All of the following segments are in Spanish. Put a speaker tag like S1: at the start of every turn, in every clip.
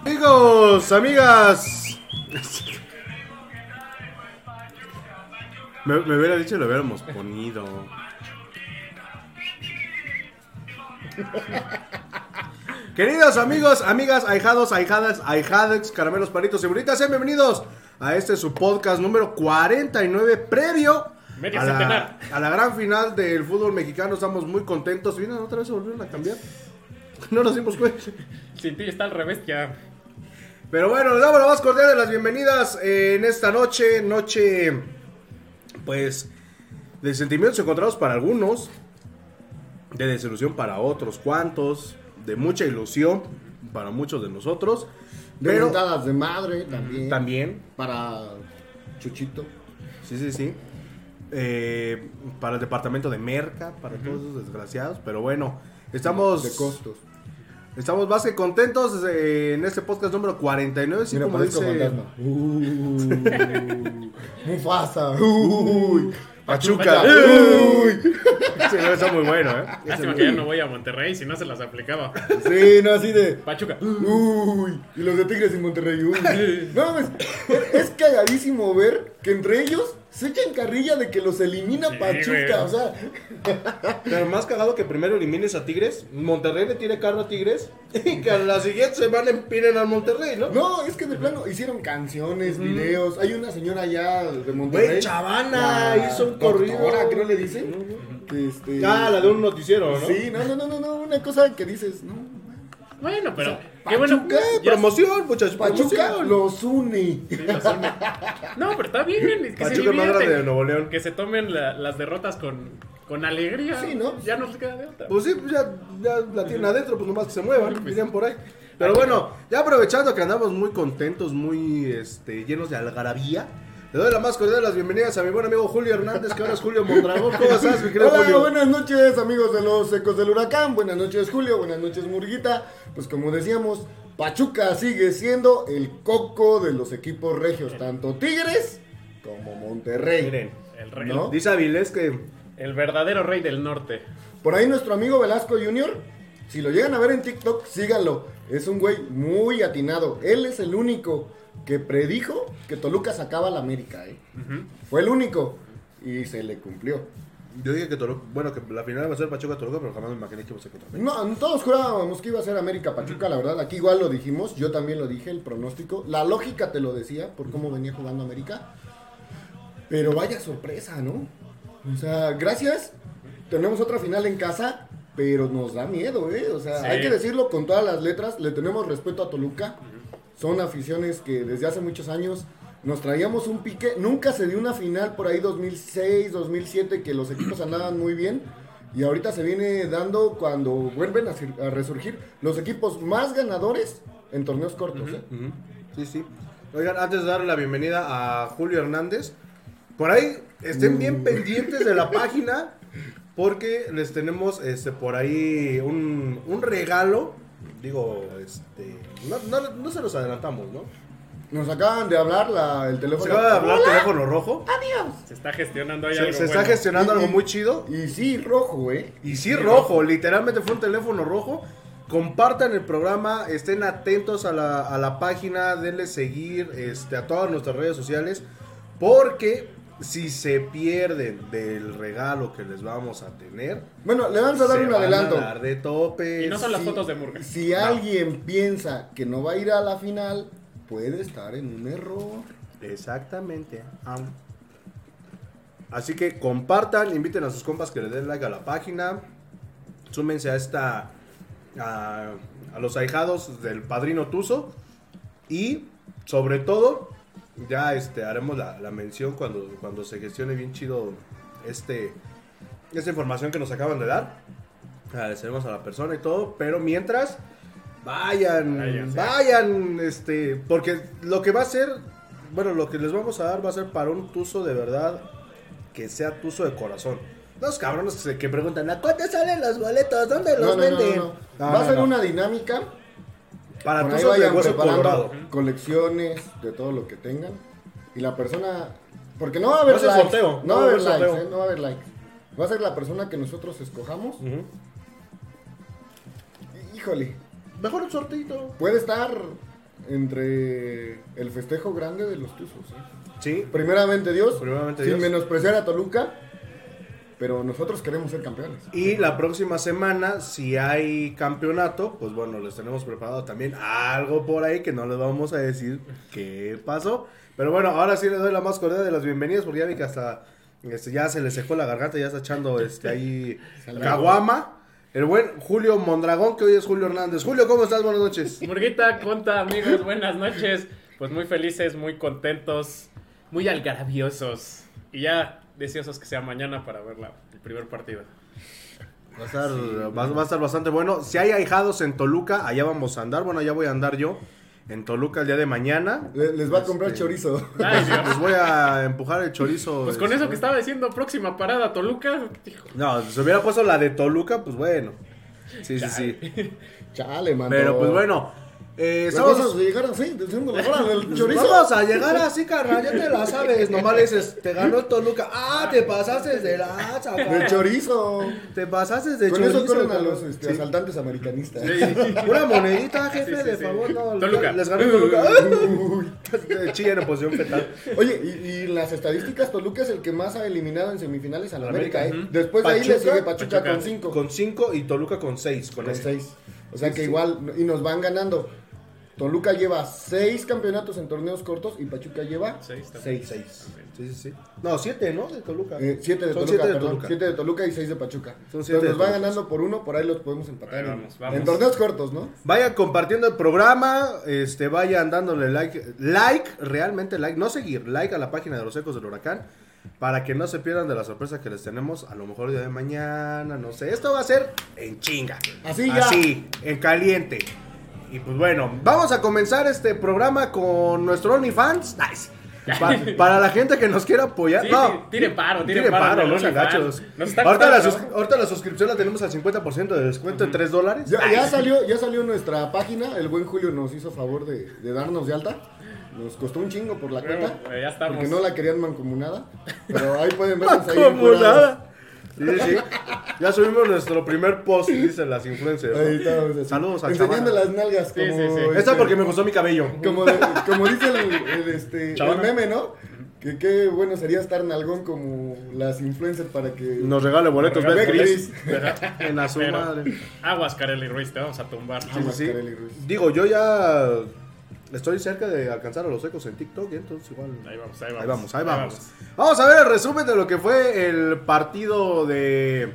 S1: amigos, amigas. Me, me hubiera dicho y lo hubiéramos ponido. Queridos amigos, amigas, ahijados, ahijadas, ahijadex, caramelos, palitos y bolitas, sean bienvenidos a este su podcast número 49 previo
S2: Medio
S1: a la,
S2: centenar.
S1: a la gran final del fútbol mexicano. Estamos muy contentos. Miren, otra vez se volvieron a cambiar. No nos dimos cuenta.
S2: Sin ti está al revés ya.
S1: Pero bueno, le damos la más cordial de las bienvenidas eh, en esta noche, noche pues de sentimientos encontrados para algunos, de desilusión para otros cuantos, de mucha ilusión para muchos de nosotros,
S3: De
S1: pero
S3: mentadas de madre también.
S1: también,
S3: Para Chuchito.
S1: sí, sí, sí, eh, para el departamento de Merca, para todos esos desgraciados, pero bueno, estamos...
S3: De costos.
S1: Estamos más que contentos eh, en este podcast número 49, sí,
S3: Mira,
S1: como
S3: parezco
S1: dice
S3: fantasma. Uh, Mufasa. Uy.
S1: Pachuca.
S3: Uy.
S1: Sí, no, está muy bueno, ¿eh?
S2: Lástima que ya no voy a Monterrey si no se las aplicaba.
S3: Sí, no así de.
S2: Pachuca.
S3: Uy. Y los de Tigres en Monterrey. Uy. No mames. Es cagadísimo ver que entre ellos se echan carrilla de que los elimina
S2: Sí,
S3: Pachuca.
S2: güey.
S3: O sea,
S1: Pero más cagado que primero elimines a Tigres, Monterrey le tire carro a Tigres y que a la siguiente semana empiren al Monterrey, ¿no?
S3: no, es que de plano hicieron canciones, videos. Hay una señora allá de Monterrey.
S1: Güey, Chavana hizo un corrido.
S3: Ahora creo le dicen. que este-
S1: Ah, la de un noticiero, ¿no?
S3: Sí, no, no, no, no, no, una cosa que dices, no.
S2: Bueno, pero.
S3: Pachuca,
S2: Qué bueno. ya-
S1: Promoción, muchachos,
S3: Pachuca
S1: promoción.
S3: los une.
S2: sí, los une. No, pero está bien. es que se
S1: Pachuca es más grande de
S2: divierten.
S1: Nuevo León.
S2: Que se tomen la- las derrotas con, con alegría.
S3: Sí, ¿no?
S2: Ya nos queda de otra.
S1: Pues sí, pues ya, ya la tienen adentro, pues nomás que se muevan, dirían por ahí. Pero bueno, ya aprovechando que andamos muy contentos, muy este, llenos de algarabía, le doy la más cordial de las bienvenidas a mi buen amigo Julio Hernández, que ahora es Julio Mondragón. ¿Cómo estás, mi querido
S3: Hola,
S1: Julio?
S3: buenas noches amigos de los Ecos del Huracán, buenas noches Julio, buenas noches Murguita. Pues como decíamos, Pachuca sigue siendo el coco de los equipos regios, tanto Tigres como Monterrey.
S1: Miren,
S2: El, rey,
S3: ¿No?
S1: dice Avilés que
S2: el verdadero rey del norte.
S3: Por ahí nuestro amigo Velasco Jr., si lo llegan a ver en TikTok, síganlo. Es un güey muy atinado. Él es el único que predijo que Toluca sacaba a la América. ¿eh? Fue el único. Y se le cumplió.
S1: Yo dije que Toluca, bueno, que la final iba a ser Pachuca Toluca, pero jamás me imaginé que iba a ser contra América.
S3: No, todos jurábamos que iba a ser América Pachuca, la verdad. Aquí igual lo dijimos. Yo también lo dije, el pronóstico. La lógica te lo decía por cómo venía jugando América. Pero vaya sorpresa, ¿no? O sea, gracias. Tenemos otra final en casa, pero nos da miedo, ¿eh? O sea,
S2: Sí.
S3: hay que decirlo con todas las letras. Le tenemos respeto a Toluca. Son aficiones que desde hace muchos años nos traíamos un pique. Nunca se dio una final por ahí 2006, 2007, que los equipos andaban muy bien. Y ahorita se viene dando cuando vuelven a, cir- a resurgir los equipos más ganadores en torneos cortos. ¿eh?
S1: Ujú. Sí, sí. Oigan, antes de darle la bienvenida a Julio Hernández, por ahí estén bien pendientes de la página porque les tenemos este por ahí un, un regalo. Digo, este, no, no- no se los adelantamos, ¿no?
S3: Nos acaban de hablar la- el teléfono.
S1: Se acaba de hablar teléfono rojo.
S2: Se está gestionando ahí
S1: Se,
S2: algo
S1: se está
S2: bueno.
S1: gestionando
S3: Y-
S1: algo
S3: y-
S1: muy chido.
S3: Y sí, rojo, ¿eh?
S1: Y sí, rojo, literalmente fue un teléfono rojo. Compartan el programa, estén atentos a la, a la página, denle seguir este, a todas nuestras redes sociales, porque si se pierden del regalo que les vamos a tener,
S3: Bueno, le vamos a dar
S1: se
S3: un
S1: van
S3: adelanto.
S1: a dar de tope.
S2: Y no son las
S3: Si-
S2: fotos de Murga.
S3: Si alguien piensa que no va a ir a la final, puede estar en un error.
S1: Exactamente. Am. Así que compartan, inviten a sus compas que le den like a la página. Súmense a esta. A, a los ahijados del padrino Tuzo. Y sobre todo, ya este, haremos la, la mención cuando, cuando se gestione bien chido este, esta información que nos acaban de dar. Agradeceremos a la persona y todo, pero mientras, vayan, vayan,
S2: Váyanse.
S1: este, porque lo que va a ser, bueno, lo que les vamos a dar va a ser para un tuzo de verdad que sea tuzo de corazón. Los cabrones que, se- que preguntan, ¿a cuánto salen los boletos? ¿Dónde los
S3: No, no, no,
S1: venden?
S3: no, no.
S1: No,
S3: Va a
S1: no,
S3: ser
S1: no.
S3: una dinámica.
S1: Para
S3: Por ahí
S1: tuzos de
S3: vayan
S1: hueso
S3: preparando
S1: colorado.
S3: colecciones de todo lo que tengan. Y la persona. Porque no va a haber
S1: Va a ser
S3: likes.
S1: sorteo,
S3: No, va a haber likes,
S1: sorteo.
S3: eh, no va a haber likes. Va a ser la persona que nosotros escojamos.
S1: Ujú.
S3: Híjole,
S1: Mejor un sortito.
S3: puede estar entre el festejo grande de los Tuzos. ¿eh?
S1: Sí,
S3: Primeramente Dios,
S1: Primeramente
S3: sin
S1: Dios.
S3: menospreciar a Toluca, pero nosotros queremos ser campeones.
S1: Y la próxima semana, si hay campeonato, pues bueno, les tenemos preparado también algo por ahí que no les vamos a decir qué pasó. Pero bueno, ahora sí les doy la más cordial de las bienvenidas porque ya vi que hasta este, ya se le secó la garganta, ya está echando este, ahí caguama. El buen Julio Mondragón, que hoy es Julio Hernández. Julio, ¿cómo estás? Buenas noches.
S2: Murguita, conta, amigos, buenas noches. Pues muy felices, muy contentos, muy algarabiosos. Y ya deseosos que sea mañana para ver la- el primer partido.
S1: Va a, estar, va, va a estar bastante bueno. Si hay ahijados en Toluca, allá vamos a andar. Bueno, allá voy a andar yo. En Toluca el día de mañana.
S3: Le- les va a comprar
S1: Este,
S3: chorizo.
S2: Ay, Dios.
S1: Les voy a empujar el chorizo.
S2: Pues con eso que
S1: este,
S2: estaba diciendo, próxima parada, Toluca. hijo.
S1: No, si se hubiera puesto la de Toluca, pues bueno. Sí, sí, sí.
S3: Chale, mano.
S1: Pero pues bueno. Eh,
S3: Las
S1: estamos- pues,
S3: cosas llegaron así, diciendo la hora del chorizo.
S1: Vamos a llegar así, carnal, ya te la sabes. Nomás le dices, te ganó el Toluca. Ah, te pasaste de lanza,
S3: Del
S1: carnal.
S3: chorizo.
S1: Te pasaste de
S3: Con
S1: chorizo.
S3: eso corren a
S1: carnal.
S3: los este,
S1: Sí.
S3: asaltantes americanistas.
S1: Una monedita, jefe,
S2: Sí, sí,
S1: de
S2: sí.
S1: favor. No,
S2: Toluca.
S1: Les ganó el Toluca.
S3: Uy.
S1: Chillen en posición fetal.
S3: Oye, y, y en las estadísticas, Toluca es el que más ha eliminado en semifinales a la América.
S1: América,
S3: ¿eh?
S1: ujú.
S3: Después de ahí le
S1: Pachuca,
S3: sigue Pachuca,
S2: Pachuca.
S3: con 5.
S1: Con 5 y Toluca con 6. Con
S3: Con
S1: este.
S3: seis. O sea
S1: Sí,
S3: que
S1: sí.
S3: igual, y nos van ganando. Toluca lleva seis campeonatos en torneos cortos y Pachuca lleva
S2: Seis también.
S3: seis.
S1: Seis. Sí, sí, sí. No, siete, ¿no? De Toluca.
S3: Eh, siete de
S1: Son
S3: Toluca,
S1: siete de
S3: perdón.
S1: Toluca.
S3: Siete de Toluca y seis de Pachuca.
S1: Son
S3: Entonces
S1: siete
S3: nos
S1: de
S3: va
S1: Toluca.
S3: ganando por uno, por ahí los podemos empatar.
S2: Ahí
S3: en-
S2: vamos, vamos.
S3: En torneos cortos, ¿no?
S1: Vayan compartiendo el programa, este, vayan dándole like, like, realmente like, no seguir, like a la página de los ecos del huracán, para que no se pierdan de la sorpresa que les tenemos, a lo mejor el día de mañana, no sé, esto va a ser en chinga.
S3: Así ya.
S1: Así, en caliente. Y pues bueno, vamos a comenzar este programa con nuestro OnlyFans. Nice. Pa- para la gente que nos quiera apoyar.
S2: Sí,
S1: no,
S2: tire paro, tire
S1: Tire
S2: paro,
S1: paro,
S2: del
S1: no sean
S2: OnlyFans.
S1: gachos.
S2: Nos está
S1: Ahorita la,
S2: costando
S1: sus-
S2: trabajo.
S1: ahorita la suscripción la tenemos al 50% de descuento en 3 dólares.
S3: Ya, ya salió, ya salió nuestra página. El buen Julio nos hizo favor de, de darnos de alta. Nos costó un chingo por la
S2: Bueno,
S3: cuenta.
S2: eh, ya estamos.
S3: Porque no la querían mancomunada. Pero ahí pueden vernos ahí.
S1: Como
S3: encuerados.
S1: nada. Sí, sí, sí. Ya subimos nuestro primer post, dicen las influencers. ¿no?
S3: Ahí estamos, así.
S1: Saludos a
S3: Enseñando
S1: Chavana.
S3: las nalgas.
S2: Sí,
S3: como,
S2: sí, sí.
S3: este,
S1: Esta porque me gustó mi cabello.
S3: Como, de- como dice el, el, este, el
S1: Chavana.
S3: meme, ¿no? Que qué bueno sería estar nalgón como las influencers para que.
S1: Nos regale boletos
S2: Regale
S1: Betcris.
S2: Ajá.
S1: En la su
S2: Pero-
S1: madre.
S2: Aguas, Carelli Ruiz, te vamos a tumbar.
S1: Sí, sí, sí.
S3: Mascarelli Ruiz.
S1: Digo, yo ya estoy cerca de alcanzar a los ecos en TikTok, y entonces igual.
S2: Ahí vamos, ahí vamos.
S1: Ahí vamos, ahí vamos. Vamos a ver el resumen de lo que fue el partido de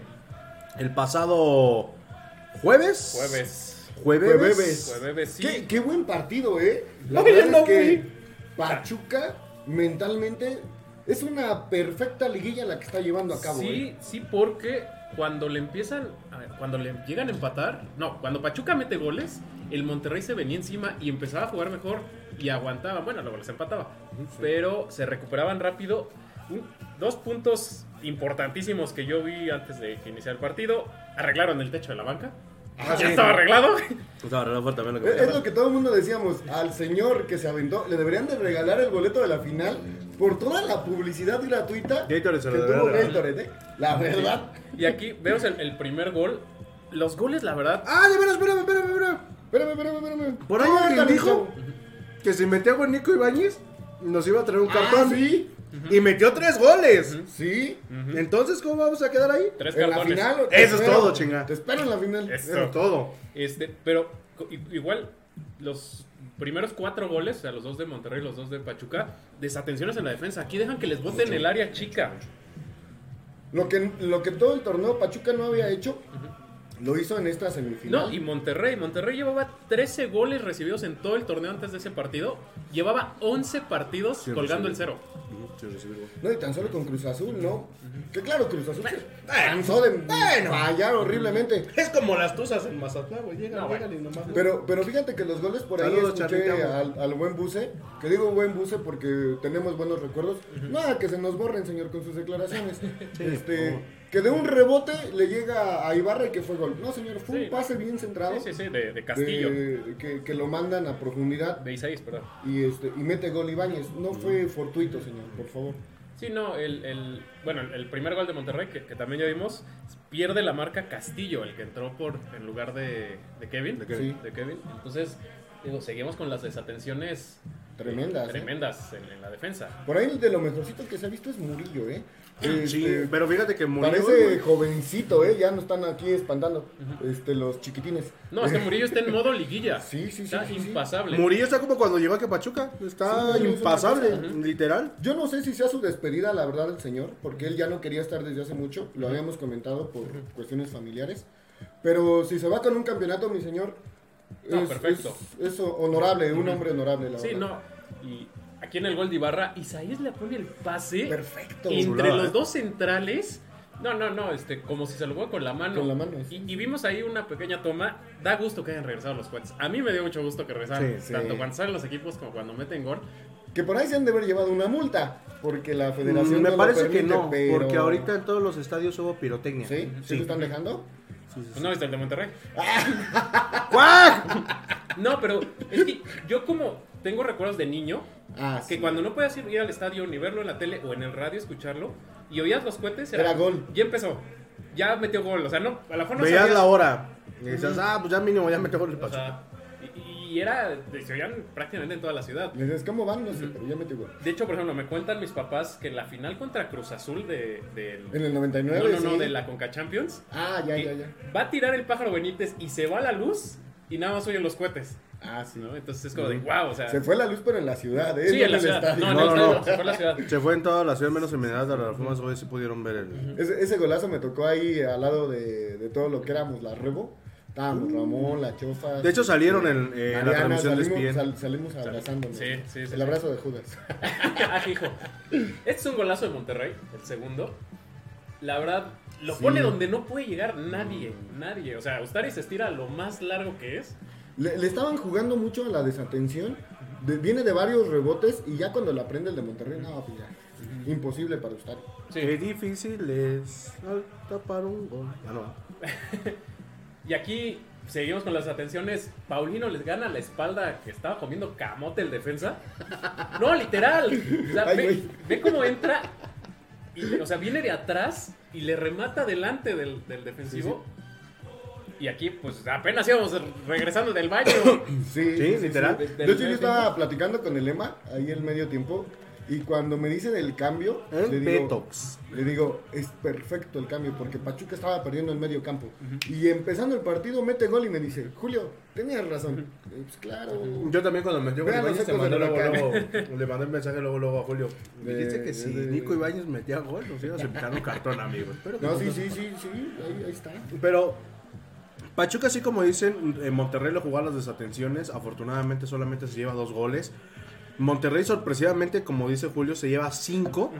S1: el pasado jueves.
S2: Jueves.
S1: Jueves.
S3: Jueves.
S2: Jueves, sí.
S3: Qué, qué buen partido, ¿eh? La
S1: Oye,
S3: verdad
S1: no
S3: es que
S1: fui.
S3: Pachuca mentalmente es una perfecta liguilla la que está llevando a cabo.
S2: Sí,
S3: ¿eh?
S2: sí, porque cuando le empiezan, a ver, cuando le llegan a empatar, no, cuando Pachuca mete goles, el Monterrey se venía encima y empezaba a jugar mejor y aguantaba, bueno, luego les empataba, pero se recuperaban rápido. Un- dos puntos importantísimos que yo vi antes de que iniciara el partido, arreglaron el techo de la banca.
S1: Ah,
S2: ya
S1: sí.
S2: estaba arreglado.
S1: O sea, no fue también lo que
S3: Es, es lo que todo el mundo decíamos, al señor que se aventó, le deberían de regalar el boleto de la final por toda la publicidad gratuita
S1: Gatorade se lo
S3: que
S1: debería
S3: tuvo
S1: regalar.
S3: Gatorade, ¿eh? La verdad.
S2: Y aquí vemos el, el primer gol. Los goles, la verdad,
S1: Ah, de veras, espérame, espérame, espérame.
S3: Espérame, espérame, espérame. Ah,
S1: Por ahí
S3: ahí
S1: alguien dijo que si metía con Nico Ibáñez, nos iba a traer un cartón.
S3: sí,
S1: Y metió tres goles.
S3: sí.
S1: Entonces, ¿cómo vamos a quedar ahí?
S2: tres
S3: En la
S2: cartones.
S3: final.
S1: Eso es todo, chinga.
S3: Te espero en la final.
S2: Eso.
S1: Pero todo.
S2: Este, pero co- i- igual, los primeros cuatro goles, o sea, los dos de Monterrey y los dos de Pachuca, desatenciones en la defensa. Aquí dejan que les boten el área chica.
S3: Lo que, lo que todo el torneo Pachuca no había hecho, lo hizo en esta semifinal.
S2: No, y Monterrey. Monterrey llevaba 13 goles recibidos en todo el torneo antes de ese partido. Llevaba 11 partidos
S1: Sí,
S2: colgando el
S1: recibido.
S2: cero.
S3: No, y tan solo con Cruz Azul, ¿no? Que claro, Cruz Azul se cansó de fallar horriblemente.
S1: Es como las tuzas en Mazatlán, güey. Llegan,
S2: No,
S1: llegan
S2: bueno.
S1: y nomás.
S3: Pero, pero fíjate que los goles por ahí
S1: Saludos,
S3: escuché
S1: Charlie, te amo.
S3: al, al buen buce, que digo buen buce porque tenemos buenos recuerdos. Nada, que se nos borren, señor, con sus declaraciones. este, que de un rebote le llega a Ibarra y que fue gol. No, señor, fue
S2: Sí.
S3: un pase bien centrado.
S2: Sí, sí, sí, de, de Castillo. De,
S3: de- Eh, que, que lo mandan a profundidad
S2: Isaías, perdón.
S3: y, este, y mete gol Ibáñez. No fue fortuito, señor, por favor.
S2: Sí, no, el, el- bueno, el- el primer gol de Monterrey, que, que también ya vimos, pierde la marca Castillo, el que entró por en lugar de, de Kevin.
S1: De
S3: Kevin.
S2: de Kevin. Entonces, digo, seguimos con las desatenciones eh,
S3: Tremendas, ¿eh?
S2: tremendas en, en la defensa.
S3: Por ahí de lo mejorcito que se ha visto es Murillo, ¿eh? Este,
S1: Sí, pero fíjate que Murillo.
S3: Parece jovencito, ¿eh? Ya no están aquí espantando este, los chiquitines.
S2: No, este Murillo está en modo liguilla.
S3: Sí, sí, sí,
S2: Está
S3: sí, sí.
S2: impasable.
S1: Murillo está como cuando llegó aquí a Pachuca. Está
S3: Sí, Murillo es una
S1: impasable,
S3: cosa,
S1: literal.
S3: Yo no sé si sea su despedida, la verdad, el señor, porque él ya no quería estar desde hace mucho, lo habíamos comentado por cuestiones familiares, pero si se va con un campeonato, mi señor,
S2: No, perfecto.
S3: es- es honorable, un hombre honorable, la
S2: Sí,
S3: verdad.
S2: no. Y aquí en el gol de Ibarra, Isaías le pone el pase
S3: Perfecto.
S2: entre
S1: chulada,
S2: los
S1: ¿eh?
S2: dos centrales. No, no, no, este, como si se lo jugó con la mano.
S3: Con la mano, sí.
S2: Y, y vimos ahí una pequeña toma. Da gusto que hayan regresado los cuates. A mí me dio mucho gusto que regresaran.
S1: Sí,
S3: sí.
S2: Tanto cuando salen los equipos como cuando meten gol.
S3: Que por ahí se han de haber llevado una multa, porque la federación...
S1: Mm, Me
S3: no lo
S1: parece que
S3: permite,
S1: no,
S3: pero-
S1: porque ahorita en todos los estadios hubo pirotecnia.
S3: ¿Sí? ¿Sí, lo están dejando?
S1: Sí, sí,
S2: Pues
S1: sí.
S2: no, viste el de Monterrey.
S1: ¡Guau!
S2: No, pero es que yo como tengo recuerdos de niño,
S3: Ah,
S2: que
S3: sí.
S2: cuando no podías ir, ir al estadio ni verlo en la tele o en el radio escucharlo, y oías los cohetes,
S3: Era gol.
S2: Ya empezó. Ya metió gol. O sea, no, a la mejor no
S1: Veías
S2: sabías-
S1: la hora. Y decías, ah, pues ya mínimo, ya me tengo el
S2: O
S1: Pachuca.
S2: sea, y, y era, se oían prácticamente en toda la ciudad.
S3: Le dices, ¿cómo van? No sé, pero ya me llegó.
S2: De hecho, por ejemplo, me cuentan mis papás que en la final contra Cruz Azul de, del-
S3: En el
S2: no,
S3: 99,
S2: no, no,
S3: sí.
S2: de la Conca Champions,
S3: Ah, ya,
S2: que
S3: ya, ya.
S2: va a tirar el pájaro Benítez y se va la luz y nada más oyen los cohetes.
S3: Ah, sí.
S2: ¿no? Entonces es como de, wow, o sea...
S3: Se fue la luz, pero en la ciudad, ¿eh?
S2: Sí,
S3: No
S2: en la
S3: el
S2: ciudad.
S3: estadio.
S2: No,
S1: No,
S2: no,
S1: no,
S2: se fue a la ciudad.
S1: Se fue en toda la ciudad, menos en Mineral de la Reforma, hoy sí pudieron ver el...
S3: Ese, ese golazo me tocó ahí al lado de, de todo lo que éramos la Rebo. Estábamos
S2: Uh.
S3: Ramón, la Chofa.
S1: De hecho, salieron en- en la transmisión de
S3: salimos,
S1: ESPN.
S3: sal- salimos abrazándonos.
S2: Sí, sí, sí.
S3: El abrazo de Judas.
S2: Ah, hijo. Este es un golazo de Monterrey, el segundo. La verdad, lo
S3: Sí.
S2: pone donde no puede llegar nadie, nadie. O sea, Ustari se estira lo más largo que es.
S3: Le, le estaban jugando mucho a la desatención. De- viene de varios rebotes y ya cuando la prende el de Monterrey, no, pues ya. Imposible para Ustari.
S1: Qué difícil es tapar un gol. Ah, no.
S2: Y aquí seguimos con las atenciones. Paulino les gana la espalda que estaba comiendo camote el defensa. No, literal. O sea,
S3: Ay,
S2: ve,
S3: güey.
S2: ve cómo entra. Y, o sea, viene de atrás y le remata delante del, del defensivo. Y aquí, pues apenas íbamos regresando del baño.
S3: Sí,
S1: Sí, literal.
S3: De hecho, yo estaba platicando con el Ema ahí el medio tiempo. Y cuando me dicen el cambio,
S1: El
S3: le digo,
S1: Petox.
S3: Le digo, es perfecto el cambio porque Pachuca estaba perdiendo el medio campo. Y empezando el partido, mete gol y me dice, Julio, tenías razón. Eh, Pues claro.
S1: Yo también cuando metió con
S3: Vean los
S1: Ibañez se
S3: ecos
S1: mandó
S3: del
S1: luego,
S3: huracán.
S1: luego- le mandé el mensaje luego, luego a Julio.
S3: De-
S1: Dijiste que si
S3: de-
S1: Nico Ibáñez metía gol, nos ibas a invitar un cartón, amigo. Espero que
S3: No, sí, sí, sí, sí, ahí, ahí está.
S1: Pero Pachuca, así como dicen, en Monterrey lo jugó a las desatenciones. Afortunadamente solamente se lleva dos goles. Monterrey, sorpresivamente, como dice Julio, se lleva cinco.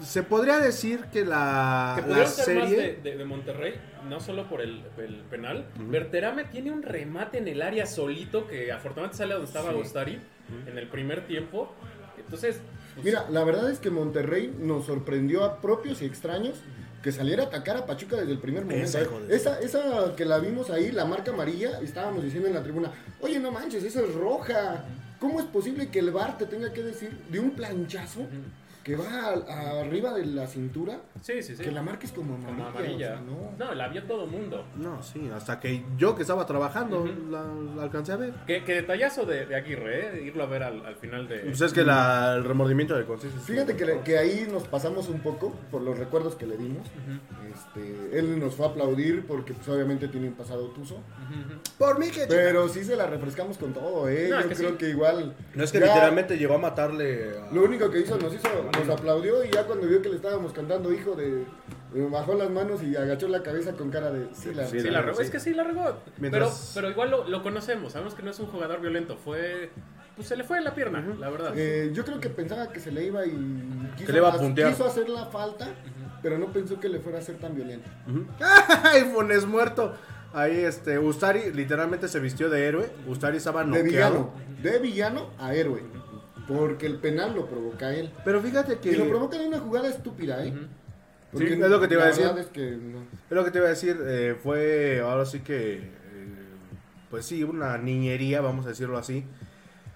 S1: Se podría decir que la,
S2: Que
S1: la
S2: pudieron ser más
S1: serie...
S2: de, de- de Monterrey, no solo por el, el penal. Berterame tiene un remate en el área solito que afortunadamente sale donde estaba Gostari en el primer tiempo. Entonces, pues,
S3: Mira, la verdad es que Monterrey nos sorprendió a propios y extraños que saliera a atacar a Pachuca desde el primer momento.
S1: Ese
S3: ¿eh?
S1: hijo de-
S3: Esa, esa que la vimos ahí, la marca amarilla, estábamos diciendo en la tribuna, oye, no manches, esa es roja. ¿Cómo es posible que el VAR te tenga que decir de un planchazo que va a- a- arriba de la cintura?
S2: sí, sí, sí.
S3: Que la marques como amarilla.
S2: Como amarilla.
S3: o sea,
S2: no.
S3: no.
S2: la vio todo mundo.
S1: No, sí, hasta que yo que estaba trabajando la, la alcancé a ver.
S2: Qué, qué detallazo de, de Aguirre, ¿eh? irlo a ver al, al final de.
S1: Pues es que la- el remordimiento de conciencia.
S3: Fíjate que, le- que ahí nos pasamos un poco por los recuerdos que le dimos. este, él nos fue a aplaudir porque pues, obviamente tiene un pasado tuso.
S1: Por mí que...
S3: Pero sí se la refrescamos con todo, ¿eh?
S2: No,
S3: Yo
S2: que
S3: creo
S2: sí.
S3: que igual...
S1: No es que
S3: ya
S1: literalmente llegó a matarle a...
S3: Lo único que hizo, nos hizo, nos aplaudió y ya cuando vio que le estábamos cantando hijo de... eh, Bajó las manos y agachó la cabeza con cara de... Sí, la...
S1: Sí,
S2: Sí, la
S1: la-
S2: regó.
S1: sí.
S2: Es que sí, la regó.
S1: Mientras-
S2: Pero, pero igual lo, lo conocemos. Sabemos que no es un jugador violento. Fue. Pues se le fue la pierna, la verdad.
S3: Eh, yo creo que pensaba que se le iba y quiso,
S1: Que le iba a
S3: hac-
S1: puntear.
S3: quiso hacer la falta, pero no pensó que le fuera a ser tan violento.
S1: iPhone es muerto. Ahí este, Ustari literalmente se vistió de héroe. Ustari estaba
S3: De
S1: noqueado.
S3: villano, de villano a héroe. Porque el penal lo provoca él.
S1: Pero fíjate que...
S3: Y lo provoca de una jugada estúpida, ¿eh?
S1: Sí, es lo que te iba
S3: la
S1: a decir.
S3: verdad es que no.
S1: Es lo que te iba a decir, eh, fue ahora sí que, eh, pues sí, una niñería, vamos a decirlo así.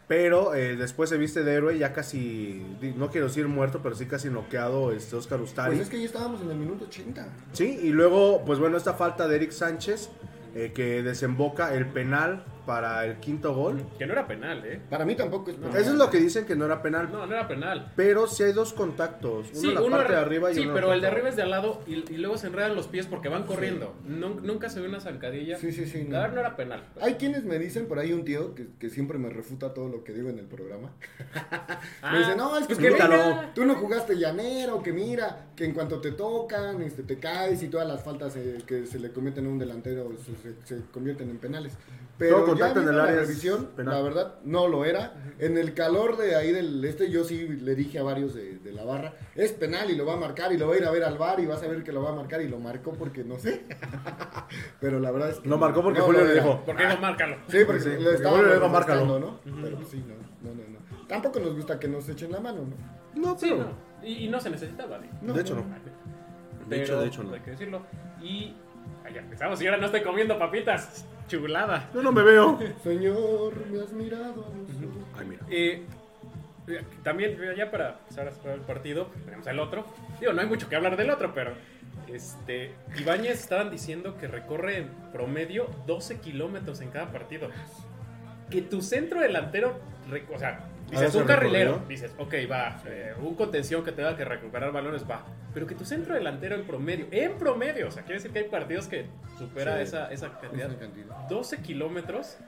S1: Pero eh, después se viste de héroe, ya casi, di- no quiero decir muerto, pero sí casi noqueado este Oscar Ustari.
S3: Pues es que ya estábamos en el minuto 80.
S1: Sí, y luego, pues bueno, esta falta de Eric Sánchez, eh, que desemboca el penal para el quinto gol.
S2: Que no era penal, ¿eh?
S3: Para mí tampoco es
S2: No.
S3: penal.
S1: Eso es lo que dicen que no era penal.
S2: No, no era penal.
S1: Pero sí hay dos contactos. Uno
S2: Sí,
S1: en la
S2: uno
S1: parte de
S2: arri-
S1: arriba y
S2: sí
S1: uno en la
S2: pero el de
S1: parte
S2: arriba es de al lado y, y luego se enredan los pies porque van corriendo. Nun- nunca se ve una zancadilla.
S3: Sí, sí, sí, no.
S2: Claro, no era penal. pues.
S3: Hay quienes me dicen, por ahí un tío que, que siempre me refuta todo lo que digo en el programa.
S2: Ah,
S3: me dice, no, es que,
S2: pues
S3: tú,
S1: quítalo.
S3: no, tú no jugaste llanero, que mira, que en cuanto te tocan, este, te caes y todas las faltas eh, que se le cometen a un delantero se, se- se convierten en penales. Pero
S1: Todo contacto
S3: ya
S1: en
S3: viendo
S1: el
S3: la
S1: área es
S3: revisión,
S1: penal.
S3: la verdad, no lo era. En el calor de ahí del este, yo sí le dije a varios de, de la barra, es penal y lo va a marcar y lo va a ir a ver al bar y vas a ver que lo va a marcar y lo marcó porque no sé. Pero la verdad es que...
S1: Lo marcó porque
S3: no
S1: Julio
S3: lo
S1: le
S3: era.
S1: dijo.
S2: ¿Por qué no márcalo?
S3: Sí, porque
S1: Sí,
S3: le
S1: porque
S3: estaba
S1: bueno, luego
S3: molestando,
S1: márcalo.
S3: ¿no? Pero pues sí, no, no, no, no. Tampoco nos gusta que nos echen la mano, ¿no?
S1: No,
S2: Sí,
S1: pero.
S2: no. Y, y no se necesitaba, digo.
S3: no.
S1: de hecho, no. De hecho,
S2: Pero
S1: de hecho, no.
S2: Hay que decirlo. Y. Ahí empezamos. Y ahora no estoy comiendo papitas. Chulada.
S1: Yo no me veo.
S3: Señor, me has mirado. a los ojos.
S1: Ay, mira.
S2: Eh, eh, también, mira, ya para empezar a cerrar el partido, tenemos al otro. Digo, no hay mucho que hablar del otro, pero. Este, Ibáñez estaban diciendo que recorre en promedio 12 kilómetros en cada partido. Que tu centro delantero, re- o sea, dices
S1: ese
S2: un carrilero,
S1: recorrido.
S2: dices, ok, va, eh, un contención que tenga que recuperar balones, va. Pero que tu centro delantero en promedio, en promedio, o sea, quiere decir que hay partidos que supera
S3: Sí.
S2: esa, esa cantidad.
S3: Esa cantidad.
S2: 12 kilómetros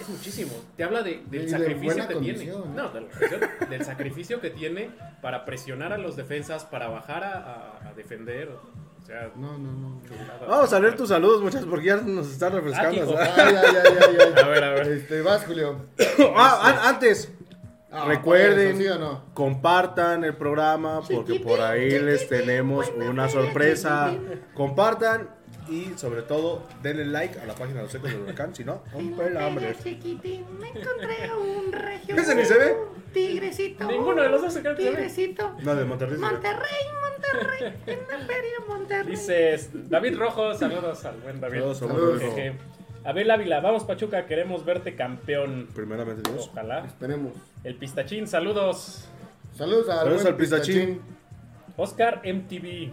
S2: es muchísimo. Te habla de, del
S3: Y de
S2: sacrificio
S3: buena
S2: que tiene.
S3: condición, ¿no?
S2: No, de la condición, del sacrificio que tiene para presionar a los defensas, para bajar a, a- a defender. O sea,
S3: No, no, no.
S2: chulada.
S1: Vamos a leer tus saludos, muchas, porque ya nos están refrescando.
S2: Ah, hijo.
S1: ¿sabes?
S3: Ay, ay, ay, ay, ay.
S2: A ver, a ver.
S3: Este, vas, Julio.
S1: Ah, an- antes,
S3: Este, Ah,
S1: recuerden,
S3: por eso, ¿sí o no?
S1: compartan el programa, porque por ahí les tenemos una sorpresa. Compartan y, sobre todo, denle like a la página de los ecos del huracán, si no, un
S4: En la
S1: pelambre.
S4: pera chiquitín me encontré un regio.
S1: Ese ni se ve.
S4: un Tigrecito.
S2: Ninguno de los dos se cree que se ve.
S4: Tigrecito.
S1: No, de Monterrey. se ve.
S4: Monterrey, Monterrey. En la feria Monterrey.
S2: Dices, David Rojo, saludos al buen David.
S1: Saludos, saludos,
S3: Saludos.
S1: Rodrigo.
S2: Jeje. Abel Ávila, vamos Pachuca, queremos verte campeón.
S1: Primeramente, Dios.
S2: Ojalá.
S3: Esperemos.
S2: El Pistachín, saludos.
S3: Saludos, al
S1: Saludos
S3: buen
S1: al pistachín.
S2: Oscar MTV,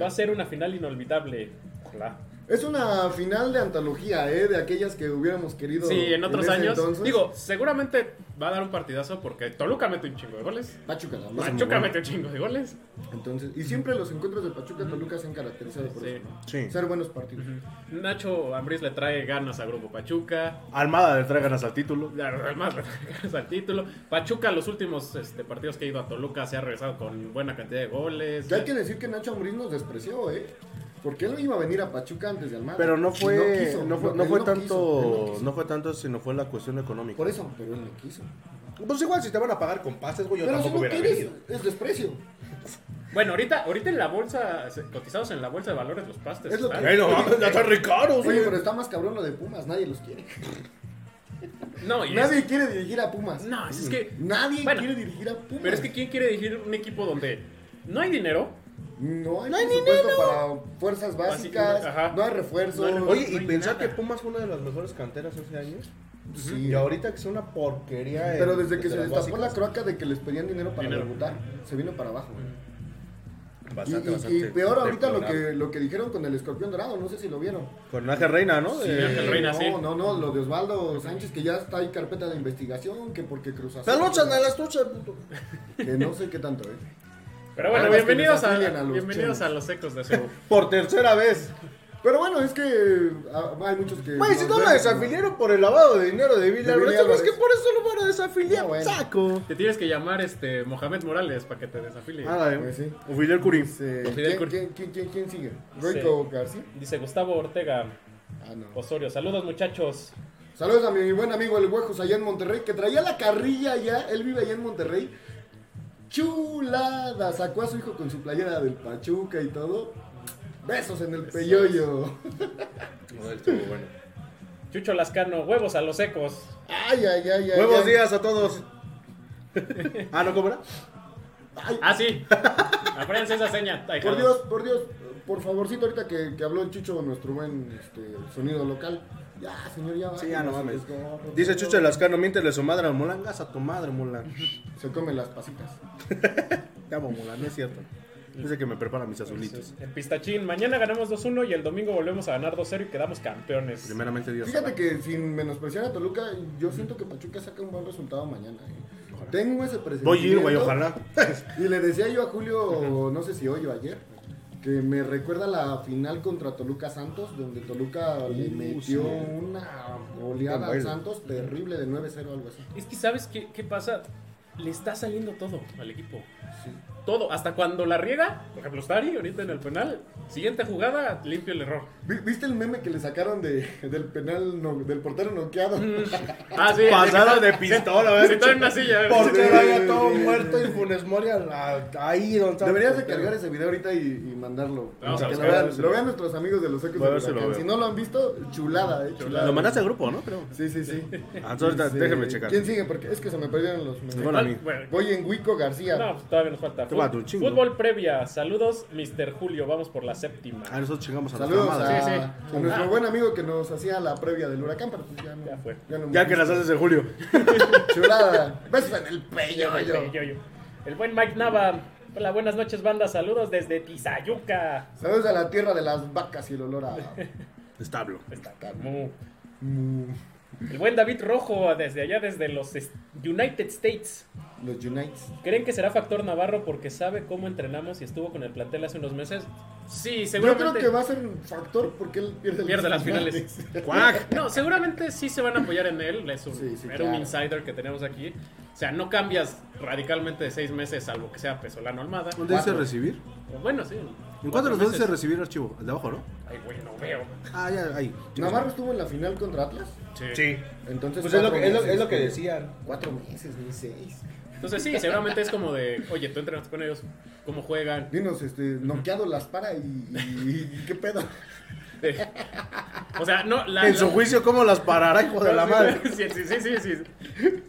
S2: va a ser una final inolvidable. Ojalá.
S3: Es una final de antología, ¿eh? De aquellas que hubiéramos querido.
S2: Sí, en otros
S3: ese
S2: años.
S3: entonces.
S2: Digo, seguramente va a dar un partidazo porque Toluca mete un chingo de goles.
S3: Pachuca, la más.
S2: Machuca
S1: bueno.
S2: mete un chingo de goles.
S3: Entonces, y siempre los encuentros de Pachuca Toluca se han caracterizado por
S2: Sí.
S3: eso. ¿no?
S1: Sí.
S3: Ser buenos partidos.
S2: Nacho Ambriz le trae ganas a Grupo Pachuca.
S1: Almada le trae ganas al título.
S2: Además, le trae ganas al título. Pachuca, los últimos este, partidos que ha ido a Toluca, se ha regresado con buena cantidad de goles.
S3: Ya hay que decir que Nacho Ambriz nos despreció, ¿eh? Porque él no iba a venir a Pachuca antes de Almada.
S1: Pero no fue,
S3: Y
S1: no,
S3: quiso,
S1: fue,
S3: él
S1: no fue
S3: no
S1: tanto,
S3: quiso, él no quiso.
S1: no fue tanto, sino fue la cuestión económica.
S3: Por eso, pero él no quiso.
S1: Pues igual, si te van a pagar con pases, güey, yo
S3: pero si
S1: tampoco
S3: no
S1: hubiera
S3: quieres,
S1: venido.
S3: es desprecio.
S2: Bueno, ahorita, ahorita en la bolsa, se- cotizados en la bolsa de valores, los pastes.
S3: Es lo
S2: están-
S3: que-
S1: Bueno, mames, ya están re caros,
S3: Oye,
S1: güey.
S3: pero está más cabrón lo de Pumas, nadie los quiere.
S2: No, y es-
S3: Nadie quiere dirigir a Pumas.
S2: no, es que.
S3: Nadie
S2: Bueno,
S3: quiere dirigir a Pumas.
S2: Pero es que, ¿quién quiere dirigir un equipo donde no hay dinero?
S3: no hay presupuesto para fuerzas básicas,
S2: Básico, ajá.
S3: no hay refuerzos.
S2: No hay refuerzos.
S1: Oye, y
S2: hay
S1: pensar
S2: nada.
S1: que Pumas fue una de las mejores canteras hace años.
S3: Sí.
S1: Y ahorita que es una porquería. en-
S3: Pero desde que se
S1: las
S3: les tapó la
S1: básicas.
S3: croaca de que les pedían dinero para
S2: Dinero.
S3: debutar, se vino para abajo. Y,
S1: Bastante,
S3: y- y
S1: bastante
S3: peor ahorita lo
S1: deplorable.
S3: que, lo que dijeron con el escorpión dorado, no sé si lo vieron.
S1: Con Ángel Reina, ¿no?
S2: Sí,
S1: Eh,
S2: Ángel Reina.
S3: no,
S2: sí.
S3: no, no, lo de Osvaldo Sánchez, que ya está ahí carpeta de investigación, que porque Cruz Azul.
S1: Saludos a las truchas, puto.
S3: Que no sé qué tanto, ¿eh?
S2: Pero bueno,
S3: Nada más que
S2: bienvenidos,
S3: les
S2: a,
S3: afilian a los
S2: bienvenidos
S3: chinos.
S2: a los ecos de su
S1: Por tercera vez.
S3: Pero bueno, es que eh, ah, hay muchos que.
S1: Güey, si no la desafiliaron por el lavado de dinero de Billy
S3: De
S1: Álvarez,
S3: Billy
S1: ¿sabes
S3: Álvarez.
S1: que por eso lo van a desafiliar,
S3: Ah, bueno.
S1: saco.
S2: Te tienes que llamar este Mohamed Morales para que te desafilie.
S1: Ah, dale.
S3: Pues sí.
S1: O Fidel Curín.
S3: Este,
S2: Fidel
S3: ¿quién,
S2: Cur-
S3: quién, quién- quién- quién sigue? ¿Roico García?
S2: Dice Gustavo Ortega
S3: Ah, no.
S2: Osorio, saludos muchachos.
S3: Saludos a mi buen amigo el Huejos allá en Monterrey, que traía la carrilla allá. Él vive allá en Monterrey. Chulada. Sacó a su hijo con su playera del Pachuca y todo. Besos en el peyoyo.
S1: bueno.
S2: Chucho Lascano, huevos a los ecos.
S3: Ay, ay, ay, ay.
S1: Buenos
S3: ay.
S1: días a todos. ah, ¿no cobra?
S3: Ay,
S2: Ah, sí. Apréndense esa seña. Ay,
S3: Por
S2: joder.
S3: Dios, por Dios, por favorcito, ahorita que, que habló el Chucho, nuestro buen este, sonido local. Ya, señor, ya va.
S1: Sí, ya no mames. Dice Chucho Lascano, miéntele su madre al Mulan, gas a tu madre, Mulan.
S3: Se comen las pasitas.
S1: Te amo, Mulan, no es cierto. Dice que me prepara mis azulitos.
S2: Entonces, El pistachín, mañana ganamos 2-1 y el domingo volvemos a ganar 2-0 y quedamos campeones.
S1: Primeramente Dios.
S3: Fíjate que sin menospreciar a Toluca, yo siento que Pachuca saca un buen resultado mañana. eh. Tengo ese presentimiento.
S1: Voy a ir, güey, ojalá.
S3: Y le decía yo a Julio, no sé si hoy o ayer, que me recuerda la final contra Toluca Santos, donde Toluca le
S1: Uh,
S3: metió
S1: sí.
S3: una goleada a
S1: Bueno.
S3: Santos terrible de 9-0 algo así.
S2: Es que sabes qué, qué pasa, le está saliendo todo al equipo. Todo, hasta cuando la riega, por ejemplo, Stari, ahorita en el penal, siguiente jugada, limpio el error.
S3: Vi- ¿Viste el meme que le sacaron de, del penal, no- del portero noqueado?
S2: Ah, sí.
S1: Pasaron de pistola,
S2: Se
S1: ¿verdad?
S2: está en una silla.
S1: Portero
S3: Sí.
S1: allá todo muerto y Funes Mori a la- ahí donde estaba el
S3: Deberías de
S1: portero.
S3: cargar ese video ahorita y, y mandarlo.
S2: Vamos a
S3: Que lo,
S2: buscar,
S3: vean, lo vean nuestros amigos de los ecos
S1: Voy a
S3: de
S1: ver si lo
S3: Huracán.
S1: veo.
S3: Si no lo han visto, chulada, eh, chulada.
S1: Lo mandaste al grupo, ¿no? Creo.
S3: Sí, sí, sí.
S1: Ah, entonces, ahorita,
S3: Este,
S1: déjenme checar. Pues
S3: ¿Quién sigue? Porque es que se me perdieron los mensajes.
S1: Bueno, a mí.
S2: Bueno,
S3: Voy en Wico García.
S2: no, pues todavía nos falta.
S1: Te va a dar un chingo.
S2: Fútbol previa. Saludos, Mr. Julio. Vamos por la séptima.
S1: Ah, nosotros chegamos a la
S3: Saludos a,
S1: madre.
S2: Sí, sí.
S3: a nuestro buen amigo que nos hacía la previa del huracán, pero pues ya no.
S2: Ya fue.
S3: no-
S1: Ya que las haces de Julio.
S3: Chulada. Beso en el pello.
S2: Yo, yo, yo. El buen Mike Nava. Hola, buenas noches, banda. Saludos desde Tizayuca.
S3: Saludos a la tierra de las vacas y el olor a.
S1: Establo.
S2: Está Camu.
S3: Mm,
S2: El buen David Rojo, desde allá, desde los est- United States.
S3: los Unites.
S2: ¿Creen que será factor Navarro porque sabe cómo entrenamos y estuvo con el plantel hace unos meses? Sí,
S3: Yo creo
S2: seguramente.
S3: que va a ser un factor porque él pierde,
S2: Pierde las finales.
S1: ¡Cuac!
S2: No, seguramente sí se van a apoyar en él. Es un,
S3: Sí, sí,
S2: era
S3: claro.
S2: un insider que tenemos aquí. O sea, no cambias radicalmente de seis meses, salvo que sea Pesolano Almada.
S1: ¿Dónde dice
S3: Cuatro.
S1: recibir?
S2: Pero bueno, sí.
S1: ¿En cuánto los dos dice
S2: meses.
S1: recibir el archivo? El de abajo, ¿no?
S2: Ay, güey, no veo.
S1: Ah, ya, ahí.
S3: Navarro estuvo en la final contra Atlas.
S1: Sí.
S3: Entonces.
S1: Pues es lo
S3: cuatro
S1: que, es lo,
S3: meses,
S1: es lo que
S3: güey.
S1: decían.
S3: Cuatro meses, ni seis.
S2: Entonces sí, seguramente es como de, oye, tú entrenaste con ellos, cómo juegan.
S3: Dinos, este, noqueado las para y. y- y ¿Qué pedo?
S2: Eh, O sea, no, la...
S1: En su
S2: la-
S1: juicio, ¿cómo las parará, hijo de la madre?
S2: Sí, sí, sí, sí, sí.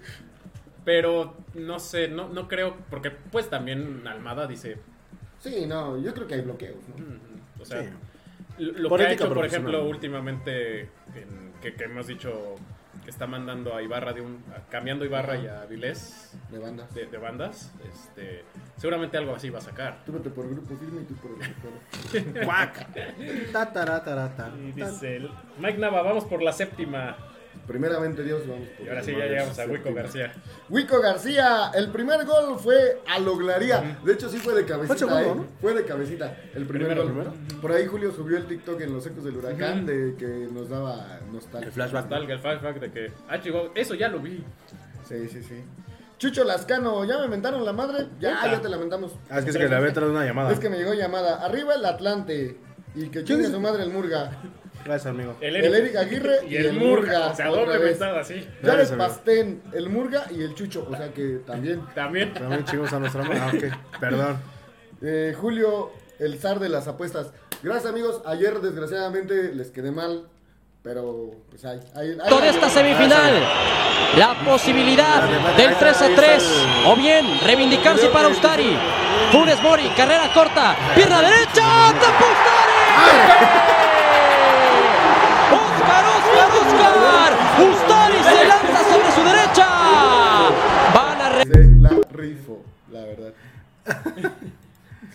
S2: Pero no sé, no, no creo, porque pues también Almada dice,
S3: Sí, no, yo creo que hay bloqueos, ¿no?
S2: mm, o sea,
S1: Sí.
S2: lo lo
S1: Por
S2: que ha
S1: ética
S2: hecho, por
S1: profesional.
S2: ejemplo, últimamente, en- que, que hemos dicho que está mandando a Ibarra de un, a- cambiando a Ibarra y a Vilés
S3: De bandas.
S2: de, de bandas, este, seguramente algo así va a sacar.
S3: Tú vete por grupo firme y tú por grupo.
S1: ¡Cuac! Ta, tará, tará, ta.
S2: Y dice, el- Mike Nava, vamos por la séptima.
S3: Primeramente Dios, vamos por
S2: Y ahora sí,
S3: el
S2: ya
S3: Mario
S2: llegamos a Wico
S3: séptimo.
S2: García.
S3: Wico García, el primer gol fue a Loglaría. De hecho, sí fue de cabecita.
S1: Fue segundo,
S3: ¿eh?
S1: ¿no?
S3: Fue de cabecita. El primer
S2: Primero,
S3: gol. Por ahí Julio subió el TikTok en los ecos del huracán de que nos daba nostalgia.
S1: El flashback.
S2: Tal que el flashback de que, ah, chico, eso ya lo vi.
S3: Sí, sí, sí. Chucho Lascano, ¿ya me mentaron la madre? Ya,
S2: Puta.
S3: ya te lamentamos.
S1: Ah, es que, es que le había traído una llamada.
S3: Es que me llegó llamada. Arriba el Atlante. Y que chingue
S1: es?
S3: su madre el Murga.
S1: Gracias, amigo.
S3: El Eric Aguirre
S2: y el Murga. O sea,
S3: otra
S2: doble
S3: vez.
S2: mentada, así.
S3: Ya
S1: Gracias,
S3: les
S1: amigo.
S3: Pastén, el Murga y el Chucho. O sea que también.
S2: También.
S1: También chicos a nuestra madre. Ah, ok. Perdón.
S3: Eh, Julio, el zar de las apuestas. Gracias amigos, ayer desgraciadamente les quedé mal, pero pues hay. hay- hay-
S5: de esta semifinal la posibilidad del 3 a 3 o bien reivindicarse para Ustari. Funes Mori, carrera corta, pierna derecha, tapó Ustari. Oscar, Oscar, Oscar. Ustari se lanza sobre su derecha. Van a re-
S3: Se la rifo, la verdad.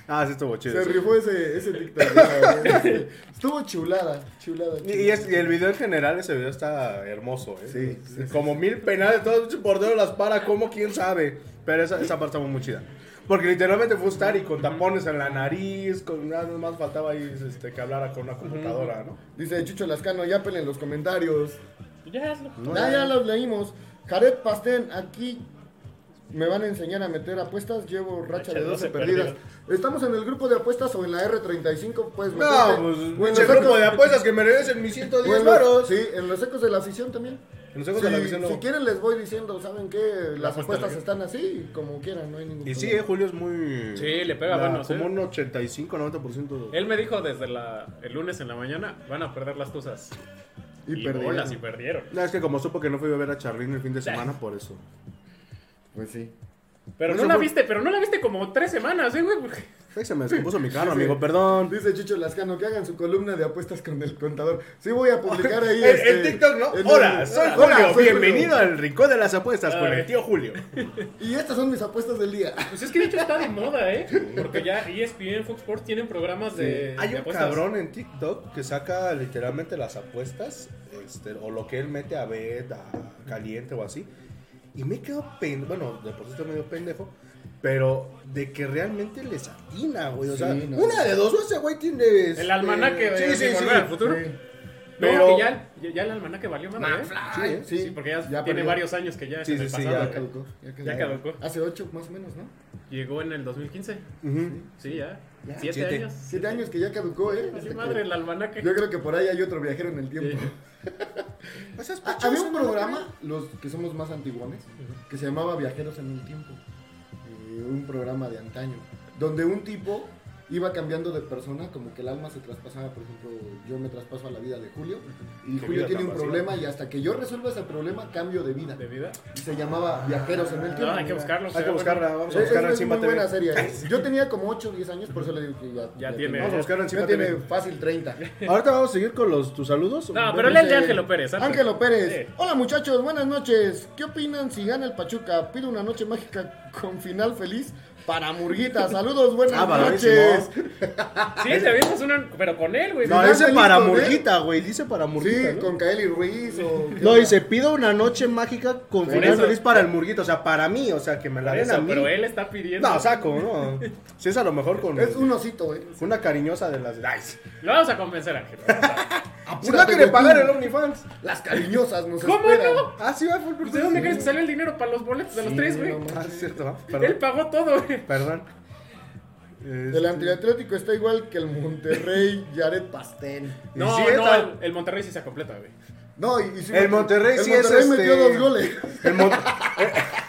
S1: Ah, sí estuvo chido.
S3: Se
S1: sí.
S3: rifó ese, ese TikTok, la verdad, sí. Estuvo chulada, chulada.
S1: Y,
S3: chulada.
S1: y es- y el video en general, ese video está hermoso, ¿eh?
S3: Sí, sí, sí.
S1: Como mil penales, todos los porteros las para, como quién sabe. Pero esa, esa parte estaba muy chida. Porque literalmente fue Ustari con tapones en la nariz, con nada más faltaba ahí este, que hablara con una computadora, ¿no?
S3: Dice Chucho Lascano, ya pelen los comentarios.
S2: Ya es lo-
S3: Ya, ya los leímos. Jared Pastén, aquí me van a enseñar a meter apuestas. Llevo racha de 12 perdidas. ¿Estamos en el grupo de apuestas o en la R35? Pues meterte.
S1: No,
S3: O en
S1: pues, ese
S3: los
S1: grupo
S3: ecos-
S1: de apuestas que me regresen mis
S3: o en
S1: 110
S3: los-
S1: varos.
S3: Sí, en los ecos de la afición también.
S1: En los ecos
S3: Sí,
S1: de la visión no.
S3: Si quieren les voy diciendo, ¿saben qué? Las
S2: apuesta
S3: apuestas
S2: la-
S3: están así, como quieran, no hay ningún
S1: Y sí, eh,
S3: problema.
S1: Julio es muy...
S2: Sí, le pega
S1: la-
S2: buenos,
S1: Como
S2: ¿eh?
S1: un 85, 90%.
S2: Él me dijo desde la, el lunes en la mañana, van a perder las tuzas.
S3: Y perdieron.
S2: bolas, y perdieron.
S1: No, es que como supo que no fui a ver a Charlín el fin de semana, por eso.
S3: Pues sí.
S2: Pero
S3: Eso
S2: no la
S3: fue-
S2: viste, pero no la viste como tres semanas, ¿eh, güey? Porque-
S1: Ay, Se me descompuso mi carro, amigo, perdón.
S3: Dice Chicho Lascano que hagan su columna de apuestas con el contador. Sí, voy a publicar ahí.
S1: El,
S3: este,
S1: el TikTok, ¿no?
S3: en
S1: Hola,
S3: el-
S1: soy
S3: Hola,
S1: Julio.
S3: soy Julio. Ah.
S1: Bienvenido al Rincón de las Apuestas con
S2: Ay.
S1: el tío Julio.
S3: Y estas son mis apuestas del día.
S2: Pues es que de hecho está de moda, ¿eh? Porque ya ESPN, Fox Sports tienen programas de.
S1: Hay
S2: de
S1: un
S2: Eh, apuestas.
S1: cabrón en TikTok que saca literalmente las apuestas, este, o lo que él mete a bet, a caliente o así. Y me quedo pendejo, bueno, de por sí estoy medio pendejo, pero de que realmente les atina, güey. O sea,
S3: Sí, no.
S1: una de dos, o ese güey tiene. este,
S2: El almanaque de,
S1: Sí,
S2: de
S1: sí, sí.
S2: Volver al Futuro.
S3: Sí.
S2: Pero
S1: Pero-
S2: que ya, ya, ya el almanaque valió madre. ¿eh?
S3: Sí,
S1: Sí,
S2: Sí, porque ya, tiene
S3: perdió.
S2: varios años que ya es
S1: Sí,
S2: en el
S1: sí, sí,
S2: pasado.
S1: ya.
S2: ¿eh?
S3: caducó. Ya,
S2: Ya caducó.
S3: Hace ocho más o menos, ¿no?
S2: Llegó en el 2015.
S1: Ujú.
S2: Sí, ya.
S3: Ya,
S2: siete,
S1: siete.
S2: años.
S3: Siete años que ya caducó, ¿eh?
S2: Valió
S3: Este,
S2: madre el almanaque.
S3: Yo creo que por ahí hay otro viajero en el tiempo.
S2: Sí.
S1: Pues es
S3: Ah, Había un programa, los que somos más antiguones, que se llamaba Viajeros en el Tiempo. Eh, un programa de antaño, donde un tipo iba cambiando de persona, como que el alma se traspasaba, por ejemplo, yo me traspaso a la vida de Julio, y
S1: Qué
S3: Julio
S1: vida
S3: tiene
S1: tan
S3: un
S1: vacía.
S3: problema, y hasta que yo resuelva ese problema, cambio de vida.
S2: De vida.
S3: Y se llamaba Viajeros en el
S2: No,
S3: Tiempo.
S2: hay que buscarlo.
S1: Hay que buscarla, vamos a
S3: Es,
S1: buscarla
S3: es
S1: encima
S3: muy buena
S1: TV.
S3: serie. ¿eh? Yo tenía como 8 o 10 años, por eso le digo que ya,
S2: Ya tiene.
S1: Vamos a buscarla encima
S3: Ya tiene
S1: TV.
S3: fácil 30.
S1: Ahorita vamos a seguir con los tus saludos.
S2: No, pero lee el de Ángelo Pérez. antes.
S3: Ángelo Pérez.
S2: Sí.
S3: Hola muchachos, buenas noches. ¿Qué opinan si gana el Pachuca? Pido una noche mágica con final feliz para Murguita. Saludos, buenas
S1: Ah, para mí sí,
S3: noches.
S2: Sí, te vimos una. Pero con él, güey.
S1: No,
S3: ya
S1: dice
S3: está
S1: para
S3: listo, ¿eh?
S1: Murguita, güey. Dice para Murguita.
S3: Sí,
S1: ¿no?
S3: con Kaeli Ruiz o...
S1: No, dice, pido una noche mágica con
S2: Por
S1: final
S2: eso.
S1: feliz para el murguito. O sea, para mí, o sea, que me la
S2: Por
S1: den a
S2: eso,
S1: mí.
S2: pero él está pidiendo.
S1: No, saco, no. Si es a lo mejor con
S3: Es un osito, eh.
S1: una cariñosa de las... Ay, sí.
S2: Lo vamos a convencer, Ángel.
S1: si no quiere pagar el OnlyFans.
S3: Las cariñosas nos
S2: ¿Cómo
S3: esperan.
S2: no?
S1: Ah, sí, va, fue el
S2: Pues, ¿De dónde crees que salió el dinero para los boletos de los
S3: Sí,
S2: tres, güey?
S3: no
S1: Ah, es cierto, va,
S2: él
S1: perdón.
S2: pagó todo, güey.
S1: Perdón.
S3: El antiatlético está igual que el Monterrey Jared Pastel.
S2: No,
S1: sí,
S2: no,
S1: está-
S2: el, el Monterrey sí se completa, güey.
S3: No, y, y sí-
S1: El Monterrey
S3: el
S1: sí
S3: Monterrey
S1: es
S3: metió
S1: este-
S3: dos goles.
S1: El Mon-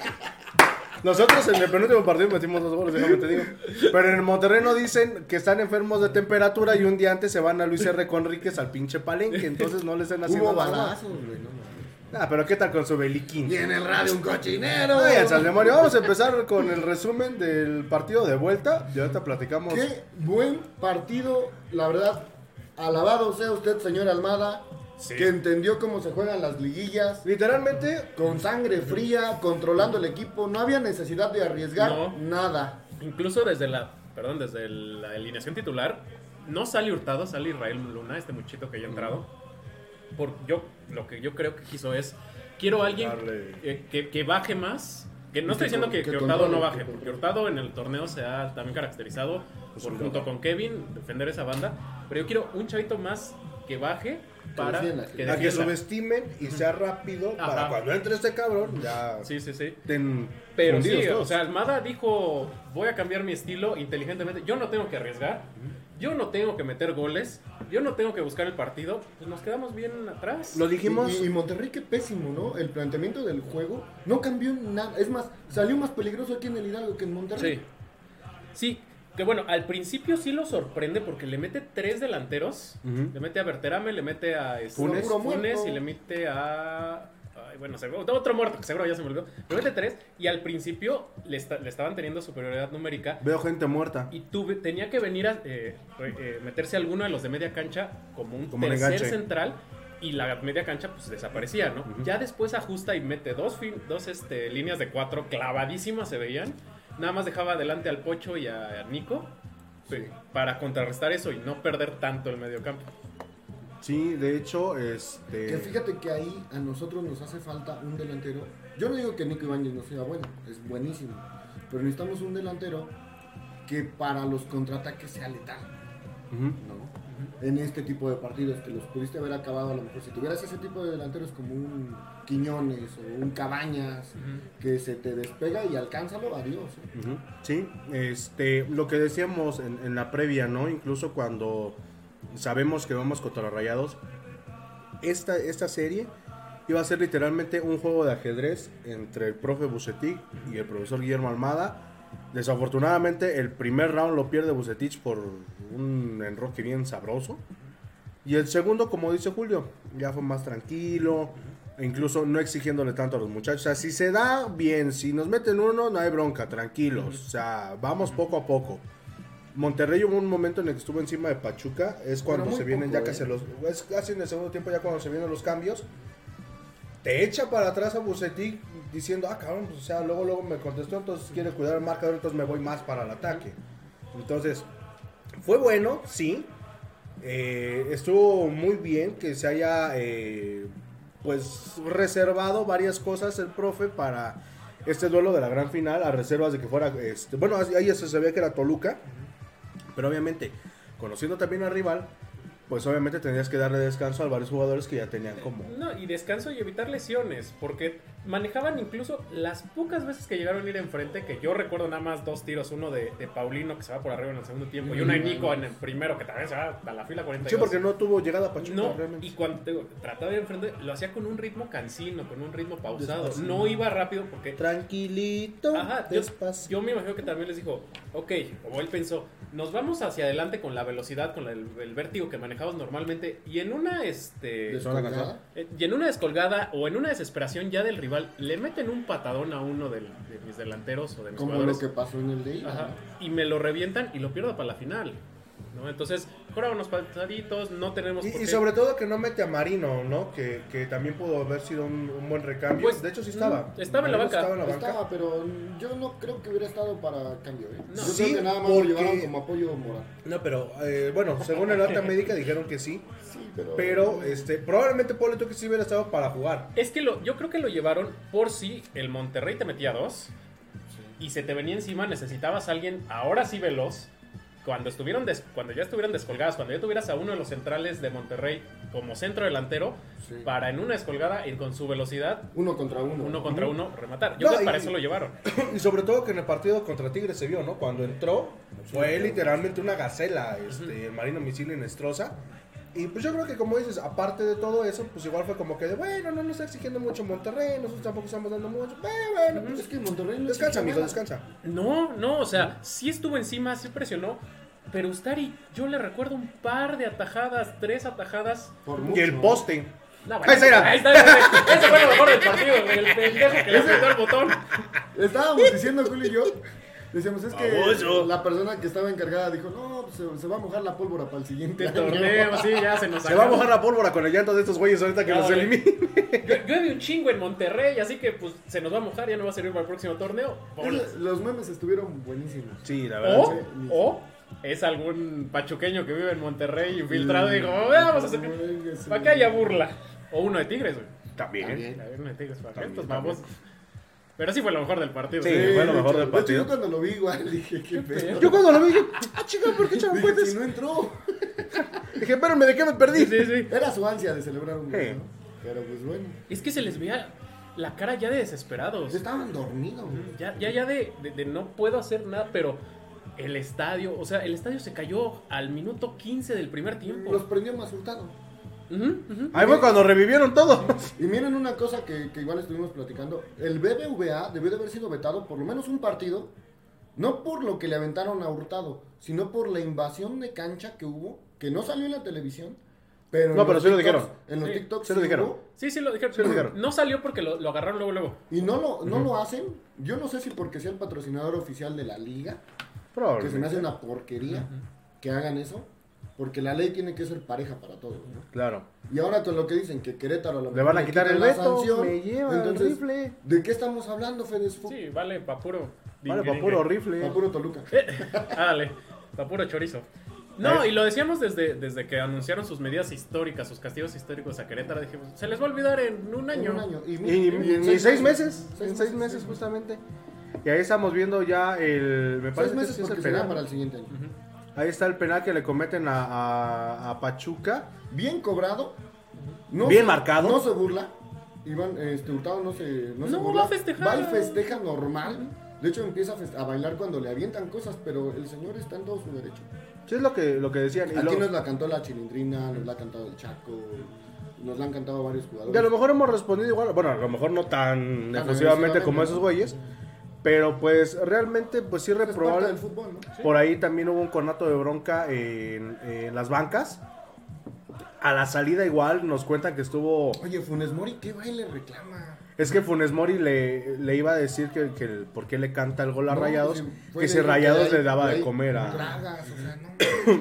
S1: Nosotros en el penúltimo partido metimos dos goles, déjame te digo. Pero en el Monterrey no dicen que están enfermos de temperatura y un día antes se van a Luis R. Conríquez al pinche palenque. Entonces no les están haciendo
S3: Hubo
S1: nada.
S3: balazos, güey. No, mames.
S1: Ah, pero ¿qué tal con su beliquín?
S3: y en el radio un cochinero.
S1: Ay, al Saldemorio. Vamos a empezar con el resumen del partido de vuelta. Y ahorita platicamos.
S3: Qué buen partido, la verdad. Alabado sea usted, señor Almada, que entendió cómo se juegan las liguillas.
S1: Literalmente,
S3: Con sangre fría, controlando el equipo, no había necesidad de arriesgar
S2: No.
S3: nada.
S2: Incluso desde la, perdón, desde la alineación titular, no sale Hurtado, sale Israel Luna, este muchito que ya ha entrado. Por, yo, lo que yo creo que quiso es, quiero a alguien
S1: Darle-
S2: eh, que, que baje más. Que no
S3: Que
S2: estoy diciendo
S3: con-
S2: que,
S3: que
S2: que Hurtado
S3: controle,
S2: no
S3: que
S2: baje,
S3: controle.
S2: porque Hurtado en el torneo se ha también caracterizado por, junto con Kevin defender esa banda. Pero yo quiero un chavito más que baje para
S3: defienda, que
S1: a Ah, que
S2: defienda.
S1: subestimen y sea rápido
S2: Ajá.
S1: para cuando entre este cabrón ya
S2: Sí, sí, sí.
S1: estén
S2: Pero sí,
S1: fundidos
S2: o
S1: todos.
S2: sea, Almada dijo, voy a cambiar mi estilo inteligentemente. Yo no tengo que arriesgar, yo no tengo que meter goles, yo no tengo que buscar el partido. Pues nos quedamos bien atrás.
S1: lo dijimos.
S3: Y, y Monterrey, qué pésimo, ¿no? El planteamiento del juego no cambió nada. Es más, salió más peligroso aquí en el Hidalgo que en Monterrey.
S2: Sí. Sí, que bueno, al principio sí lo sorprende porque le mete tres delanteros.
S1: Ujú.
S2: Le mete a Berterame, le mete a este,
S1: Funes.
S2: Funes y le mete a... ay, bueno, se- otro muerto, que seguro ya se me olvidó. Le mete tres y al principio le, esta- le estaban teniendo superioridad numérica.
S1: Veo gente muerta.
S2: Y tuve, tenía que venir a eh, re- eh, meterse alguno de los de media cancha como un
S1: Como un
S2: tercer
S1: enganche.
S2: central y la media cancha pues desaparecía, ¿no? Ya después ajusta y mete dos, fin- dos este, líneas de cuatro clavadísimas se veían. Nada más dejaba adelante al Pocho y a, a Nico pe- para contrarrestar eso y no perder tanto el medio campo.
S1: Sí, de hecho, este.
S3: Que fíjate que ahí a nosotros nos hace falta un delantero. Yo no digo que Nico Ibáñez no sea bueno, es buenísimo. Pero necesitamos un delantero que para los contraataques sea letal,
S1: Ujú.
S3: ¿no? En este tipo de partidos que los pudiste haber acabado a lo mejor. Si tuvieras ese tipo de delanteros como un Quiñones o un Cabañas, que se te despega y alcánzalo, adiós. ¿eh?
S1: Ujú, Sí, este, lo que decíamos en, en la previa, ¿no? Incluso cuando sabemos que vamos contra los rayados, esta, esta serie iba a ser literalmente un juego de ajedrez entre el profe Bucetich y el profesor Guillermo Almada. Desafortunadamente, el primer round lo pierde Bucetich por un enroque bien sabroso. Y el segundo, como dice Julio, ya fue más tranquilo, e incluso no exigiéndole tanto a los muchachos. O sea, si se da, bien, si nos meten uno, no hay bronca, tranquilos. O sea, vamos poco a poco. Monterrey hubo un momento en el que estuvo encima de Pachuca, es cuando
S3: muy
S1: se vienen
S3: poco, ¿eh?
S1: ya casi los es casi en el segundo tiempo ya cuando se vienen los cambios. Te echa para atrás a Bucetí diciendo, "Ah, cabrón, pues, o sea, luego luego me contestó, entonces quiere cuidar el marcador, entonces me voy más para el ataque." Entonces, fue bueno, sí. Eh, estuvo muy bien que se haya eh, pues reservado varias cosas el profe para este duelo de la gran final a reservas de que fuera este, bueno ahí se sabía que era Toluca pero obviamente conociendo también al rival pues obviamente tenías que darle descanso a varios jugadores que ya tenían como
S2: No, y descanso y evitar lesiones, porque manejaban incluso las pocas veces que llegaron a ir enfrente, que yo recuerdo nada más dos tiros, uno de, de Paulino que se va por arriba en el segundo tiempo y uno de Nico en el primero que también se va hasta la fila 42.
S1: Mm. sí porque no tuvo llegada Pachuca
S2: No,
S1: realmente
S2: y cuando te digo, trataba de ir enfrente, lo hacía con un ritmo cansino, con un ritmo pausado. No iba rápido porque
S1: tranquilito
S2: Ajá, yo,
S1: despacio
S2: yo me imagino que también les dijo, ok, como él pensó, nos vamos hacia adelante con la velocidad, con la- el, el vértigo que manejamos normalmente, y en una este
S1: Descolgada.
S2: eh, y en una descolgada o en una desesperación ya del rival, le meten un patadón a uno del- de mis delanteros o de mis
S3: Como lo
S2: jugadores.
S3: que pasó en el de ida,
S2: Ajá,
S3: ¿no?
S2: y me lo revientan y lo pierdo para la final. ¿no? Entonces, ahora unos pataditos, no tenemos
S1: y,
S2: por
S1: y
S2: qué-
S1: sobre todo que no mete a Marino, ¿no? Que, que también pudo haber sido un, un buen recambio.
S2: Pues,
S1: de hecho, sí estaba.
S2: mm, estaba en la
S1: Marino
S2: banca.
S1: Estaba en la banca.
S3: Estaba, pero yo no creo que hubiera estado para cambio. ¿eh?
S2: No.
S3: yo
S1: Sí,
S3: creo que nada más
S1: porque-
S3: lo llevaron como apoyo moral.
S1: No, pero eh, bueno, según el alta médica dijeron que sí.
S3: Sí, pero.
S1: Pero este, probablemente Polo que sí hubiera estado para jugar.
S2: Es que lo, yo creo que lo llevaron por si el Monterrey te metía dos y se te venía encima, necesitabas a alguien ahora sí veloz. Cuando, estuvieron des- cuando ya estuvieron descolgadas, cuando ya tuvieras a uno de los centrales de Monterrey como centro delantero,
S3: Sí.
S2: para en una descolgada y con su velocidad,
S3: Uno contra uno.
S2: uno contra uno, rematar. Yo
S1: No,
S2: creo que para
S1: y-
S2: eso lo llevaron.
S1: Y sobre todo que en el partido contra Tigres se vio, ¿no? Cuando entró, fue literalmente una gacela, este, el Marino Misil en Estroza. Y pues yo creo que como dices, aparte de todo eso, pues igual fue como que de, bueno, no nos está exigiendo mucho Monterrey, nosotros tampoco estamos dando mucho. Bueno, bueno, pues,
S3: Es que Monterrey no
S1: descansa,
S3: exige
S1: amigo,
S3: nada.
S1: descansa.
S2: No, no, o sea, sí estuvo encima, sí presionó. Pero Ustari, yo le recuerdo un par de atajadas, tres atajadas
S3: Por
S1: Y
S3: mucho.
S1: el poste.
S2: No,
S1: Ahí está, mira.
S2: Ahí está, güey. Ese fue lo mejor del partido, güey. El pendejo que le apretó el botón.
S3: Estábamos diciendo, Julio y yo. Decíamos, es que la persona que estaba encargada dijo, no, pues, se, se va a mojar la pólvora para el siguiente
S2: De
S3: año".
S2: torneo, sí, ya se nos
S1: Se va a mojar la pólvora con el llanto de estos güeyes ahorita que
S2: Ya,
S1: los
S2: güey.
S1: eliminen.
S2: Llue- Llueve un chingo en Monterrey, así que pues se nos va a mojar, ya no va a servir para el próximo torneo.
S3: Es- Los memes estuvieron buenísimos.
S1: Sí, la
S2: O,
S1: sí.
S2: o es algún pachuqueño que vive en Monterrey infiltrado y dijo, vamos a hacer. Para que haya burla. O uno de Tigres, güey.
S1: También.
S2: A ver, Uno de Tigres, para que
S1: También,
S2: estos vamos. Pero sí fue lo mejor del partido.
S1: Sí,
S2: güey.
S1: fue lo mejor
S3: de hecho-
S1: del
S3: de hecho,
S1: partido.
S3: Yo cuando lo vi igual dije, qué pedo.
S1: Yo cuando lo vi, dije, ah, chica, ¿por qué chaval
S3: Dije,
S1: puedes?
S3: si no entró.
S1: Dije, espérame, ¿de qué me perdí?
S2: Sí, sí.
S3: Era su ansia de celebrar un
S1: Sí.
S3: gol, ¿no? Pero pues bueno.
S2: Es que se les veía la cara ya de desesperados.
S3: Estaban dormidos. güey.
S2: Ya, ya, ya de, de- de no puedo hacer nada, pero el estadio, o sea, el estadio se cayó al minuto 15 del primer tiempo.
S3: Los prendió más hurtado.
S2: Ujú, ujú.
S1: Ahí fue cuando revivieron todos.
S3: Y miren una cosa que, que igual estuvimos platicando. El BBVA debió de haber sido vetado por lo menos un partido. No por lo que le aventaron a Hurtado, sino por la invasión de cancha que hubo, que no salió en la televisión. Pero
S1: No,
S3: en
S1: pero
S3: los
S1: sí lo
S3: TikToks-
S1: dijeron.
S3: En los
S2: Sí,
S3: TikToks
S1: sí lo
S3: sí
S1: dijeron.
S3: hubo,
S2: Sí, sí, lo dijeron.
S1: lo dijeron.
S2: No salió porque lo, lo agarraron luego, luego.
S3: Y no lo, no lo hacen. Yo no sé si porque sea el patrocinador oficial de la liga, que se me hace una porquería que hagan eso, porque la ley tiene que ser pareja para todos. ¿no?
S1: Claro.
S3: Y ahora con lo que dicen que Querétaro lo
S1: Le van a quitar el veto, me lleva el
S3: entonces,
S1: rifle.
S3: ¿De qué estamos hablando, Fedez? Fu-
S2: Sí, vale, pa' puro.
S1: Vale,
S2: dingue,
S1: para puro
S2: dingue.
S1: rifle.
S3: A puro Toluca.
S2: Ah, dale, pa' puro chorizo. No, y lo decíamos desde, desde que anunciaron sus medidas históricas, sus castigos históricos a Querétaro. Dijimos, se les va a olvidar en un año.
S3: En un año.
S1: Y, y en seis meses, en seis meses justamente. Y ahí estamos viendo ya el... Me
S3: Seis
S1: parece
S3: meses
S1: que sí es
S3: porque
S1: el
S3: será
S1: penal.
S3: para el siguiente año.
S1: Ahí está el penal que le cometen a, a- a Pachuca.
S3: Bien cobrado. no
S1: Bien
S3: se-
S1: marcado.
S3: No se burla. Iván, este Hurtado no se, no se
S2: No,
S3: burla.
S2: va a festejar.
S3: Va y festeja normal. De hecho, empieza a, fest- a bailar cuando le avientan cosas, pero el señor está en todo su derecho.
S1: Sí, es lo que, lo que decían. Y
S3: Aquí
S1: lo-
S3: nos la cantó la chilindrina, nos la ha cantado el Chaco, nos la han cantado varios jugadores.
S1: Y a lo mejor hemos respondido igual, bueno, a lo mejor no tan
S3: Tan
S1: efusivamente como
S3: agresivamente.
S1: esos güeyes, pero pues realmente pues sí
S3: es parte
S1: reprobable.
S3: del fútbol, ¿no?
S1: Por ahí también hubo un conato de bronca en, en las bancas. A la salida igual nos cuentan que estuvo...
S3: Oye, Funes Mori, ¿qué baile reclama?
S1: Es que Funes Mori le, le iba a decir que, que el- por qué le canta el gol a
S3: No,
S1: Rayados,
S3: pues, fue
S1: que
S3: de
S1: si
S3: lo
S1: Rayados
S3: hay-
S1: le daba
S3: hay
S1: de comer a...
S3: Dragas, o sea, no.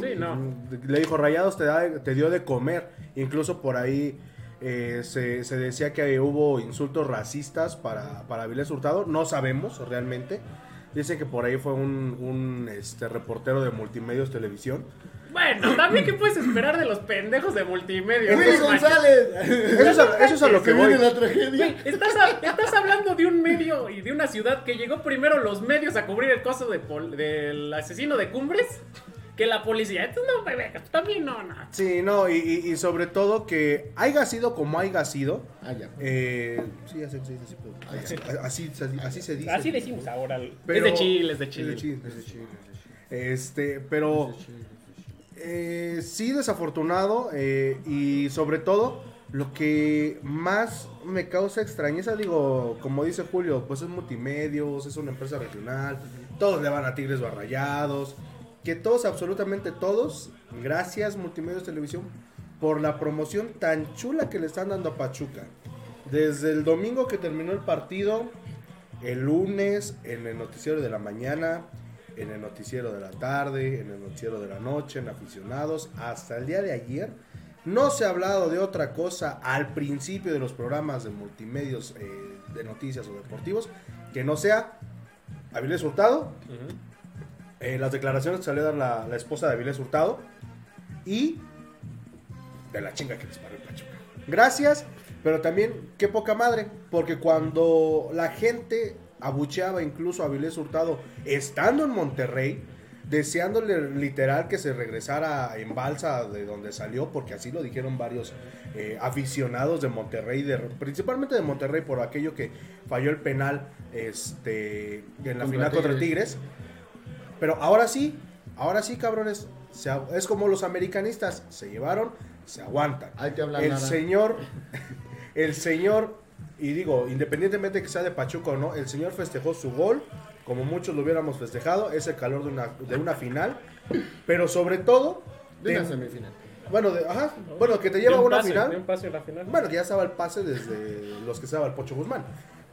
S2: Sí, no.
S1: Le dijo, Rayados te, da de- te dio de comer. Incluso por ahí eh, se, se decía que hubo insultos racistas para, para Avilés Hurtado. No sabemos realmente. Dicen que por ahí fue un, un, este, reportero de Multimedios Televisión.
S2: Bueno, también qué puedes esperar de los pendejos de multimedia.
S3: Willy
S2: No manches.
S3: González.
S1: Eso es a, eso es a lo que
S3: Se
S1: voy.
S3: viene la tragedia.
S2: Estás, hab- estás hablando de un medio y de una ciudad que llegó primero los medios a cubrir el caso de pol- del asesino de Cumbres que la policía. Entonces, no, bebé, también no, no.
S1: Sí, no, y, y- y sobre todo que haya sido como haya sido.
S3: Ah, ya.
S1: eh, sí, así, así, así, pero- así- así- así se dice.
S2: Así decimos ahora.
S1: Pero-
S2: es de Chile, es de Chile.
S1: es de Chile. Este, pero eh, sí desafortunado eh, y sobre todo lo que más me causa extrañeza, digo, como dice Julio, pues es multimedios, es una empresa regional, todos le van a Tigres o a Rayados, que todos, absolutamente todos, gracias Multimedios Televisión por la promoción tan chula que le están dando a Pachuca. Desde el domingo que terminó el partido, el lunes, en el noticiero de la mañana, en el noticiero de la tarde, en el noticiero de la noche, en aficionados, hasta el día de ayer. No se ha hablado de otra cosa al principio de los programas de multimedios eh, de noticias o deportivos que no sea Avilés Hurtado, eh, las declaraciones que salió a dar la, la esposa de Avilés Hurtado y de la chinga que les paró el Pachuca. Gracias, pero también qué poca madre, porque cuando la gente abucheaba incluso a Avilés Hurtado estando en Monterrey, deseándole literal que se regresara en balsa de donde salió, porque así lo dijeron varios eh, aficionados de Monterrey, de- principalmente de Monterrey por aquello que falló el penal este, en la
S3: Contra
S1: final contra Tigres. Pero ahora sí, ahora sí, cabrones. se a- es como los americanistas. Se llevaron, se aguantan.
S3: Ahí te habla
S1: el
S3: Lara.
S1: señor, el señor, y digo, independientemente que sea de Pachuca o no, el señor festejó su gol, como muchos lo hubiéramos festejado. Es el calor de una, de una final. Pero sobre todo,
S3: De
S1: de-
S3: una semifinal.
S1: bueno, de- ajá, bueno, que te lleva a
S2: De un
S1: una
S2: pase,
S1: final.
S2: de un pase a la final.
S1: Bueno, que ya estaba el pase desde los que estaba el Pocho Guzmán.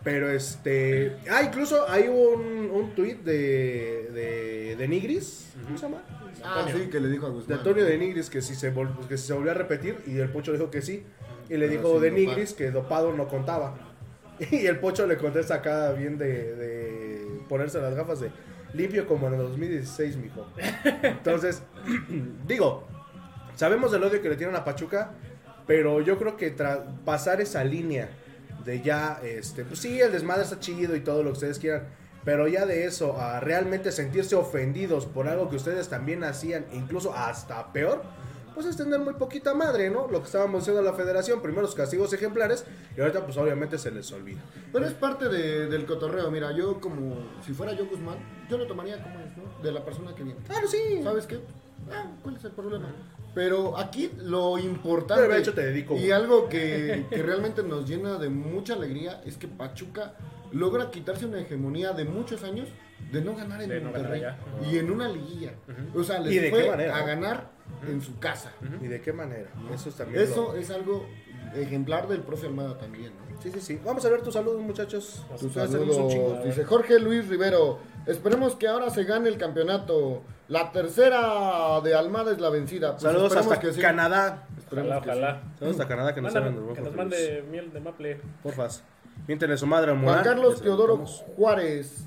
S1: Pero este. Ah, incluso hay un, un tweet de, de, de Nigris. ¿Cómo se llama?
S3: Ah, sí, que le dijo a
S1: De
S3: Guzmán.
S1: Antonio de Nigris, que si se, vol- que si se volvió a repetir. Y el Pocho dijo que sí. Y le
S3: Pero
S1: dijo
S3: sin
S1: de
S3: dopar.
S1: Nigris que dopado no contaba. Y el Pocho le contesta acá bien de, de ponerse las gafas de limpio como en el 2016, mijo. Entonces, digo, Sabemos del odio que le tienen a Pachuca, pero yo creo que tras pasar esa línea de ya, este, pues sí, el desmadre está chido y todo lo que ustedes quieran, pero ya de eso a realmente sentirse ofendidos por algo que ustedes también hacían, incluso hasta peor, pues es tener muy poquita madre, ¿no? Lo que estábamos diciendo a la federación, primero los castigos ejemplares y ahorita pues obviamente se les olvida.
S3: Pero es parte de- del cotorreo. Mira, yo como si fuera yo Guzmán, yo lo tomaría como es, ¿no? De la persona que viene.
S1: Claro, pues sí.
S3: ¿Sabes qué? Ah, ¿Cuál es el problema? Pero aquí lo
S1: Pero,
S3: importante
S1: de hecho, te dedico,
S3: y
S1: güey.
S3: algo que, que realmente nos llena de mucha alegría es que Pachuca logra quitarse una hegemonía de muchos años de no ganar en
S2: De no
S3: Monterrey
S2: ganar
S3: y en una liguilla. O sea,
S1: ¿Y de
S3: les
S1: qué
S3: fue
S1: manera,
S3: a
S1: no?
S3: ganar en su casa.
S1: ¿Y de qué manera? Eso es también. lo-
S3: Eso es algo ejemplar del profe Armada también, ¿no?
S1: Sí, sí, sí. Vamos a ver tus saludos, muchachos.
S3: Tu
S1: Ustedes tenemos un chingo.
S3: saludo. Dice Jorge Luis Rivero. Esperemos que ahora se gane el campeonato. La tercera de Almada es la vencida. Pues
S1: Saludos
S3: esperemos
S1: hasta
S3: que sí.
S1: Canadá.
S3: Esperemos
S2: ojalá,
S3: que
S2: ojalá.
S1: Saludos hasta Canadá que nos
S2: Mándame-
S1: hagan los
S2: que
S1: huevos
S2: nos
S1: felices.
S2: mande miel de maple.
S1: Porfas. Miéntele su madre al
S3: sí.
S1: mural.
S3: Juan Carlos
S1: Les
S3: Teodoro
S1: aventamos.
S3: Juárez.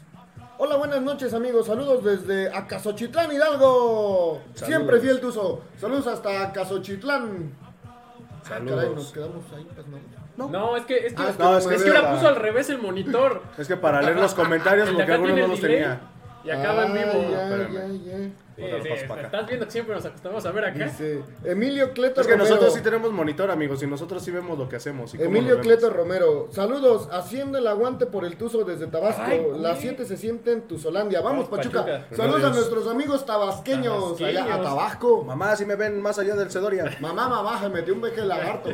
S3: Hola, buenas noches amigos. Saludos desde Acasochitlán, Hidalgo.
S1: Saludos.
S3: Siempre fiel tuzo. Saludos hasta Acasochitlán. Ah,
S1: Saludos.
S3: caray, nos quedamos ahí pues, pasmados.
S1: No.
S2: No, es que, es que,
S3: Ah,
S1: No, es
S2: es
S1: que,
S2: que,
S3: me veo
S2: ahora
S1: la-
S2: puso al revés el monitor.
S1: es que para leer los comentarios,
S2: El de
S1: porque
S2: acá
S1: algunos
S2: tiene
S1: no
S2: el
S1: los
S2: delay
S1: tenía. Ah,
S2: Y acaba en
S3: Ay,
S2: vivo.
S3: ay,
S1: Espérame.
S3: ay, ay.
S2: Sí,
S1: Otra
S2: sí,
S1: vez para acá.
S2: estás viendo que siempre nos acostumbramos a ver acá.
S3: Dice Emilio Cleto
S1: Es que
S3: Romero.
S1: nosotros sí tenemos monitor, amigos, y nosotros sí vemos lo que hacemos. y cómo
S3: Emilio
S1: lo vemos.
S3: Cleto Romero, saludos, haciendo el aguante por el Tuzo desde Tabasco.
S2: Ay, güey.
S3: Las 7 se sienten en Tuzolandia. Vamos,
S2: Vamos,
S3: Pachuca.
S2: Pachuca.
S3: Saludos
S1: Primero
S3: a
S1: Dios.
S3: nuestros amigos tabasqueños, allá a
S2: Tabasqueños.
S3: Tabasco.
S1: Mamá, si me ven más allá del Cedoria.
S3: Mamá, mamá, se metió un veje de lagarto.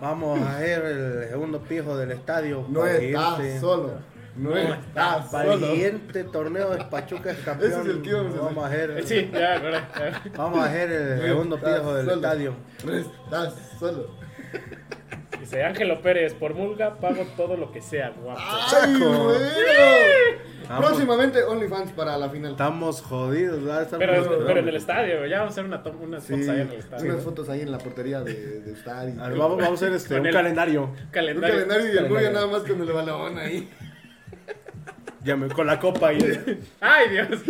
S1: Vamos a ver el segundo pijo del estadio.
S3: No
S1: Valiente.
S3: está solo. No está solo.
S1: Valiente torneo de Pachuca es campeón.
S3: Ese es el que íbamos a hacer.
S1: Vamos a ver.
S2: Sí, ya, ahora. ya.
S1: Vamos a ver el
S3: No
S1: segundo
S3: está
S1: pijo del
S3: solo.
S1: estadio.
S3: No está solo.
S6: Dice Ángelo Pérez, por Mulga pago todo lo que sea, guapo.
S1: Ah,
S3: ¡Ay,
S1: Saco.
S3: bueno!
S1: Vamos.
S3: Próximamente OnlyFans para la final.
S1: Estamos jodidos, ¿verdad? Estamos
S6: Pero, pero en el
S1: jodidos.
S6: estadio, ya vamos a hacer una toma, unas
S3: Sí,
S6: fotos ahí en el estadio.
S3: unas fotos ahí en la portería de, de Stadi.
S1: A ver, vamos, vamos a hacer este,
S6: Con
S1: un
S6: el-
S1: calendario.
S3: Un
S6: Calendario.
S3: calendario y el Moya nada más con el balón ahí.
S1: Ya me- con la copa ahí.
S6: Ay, Dios.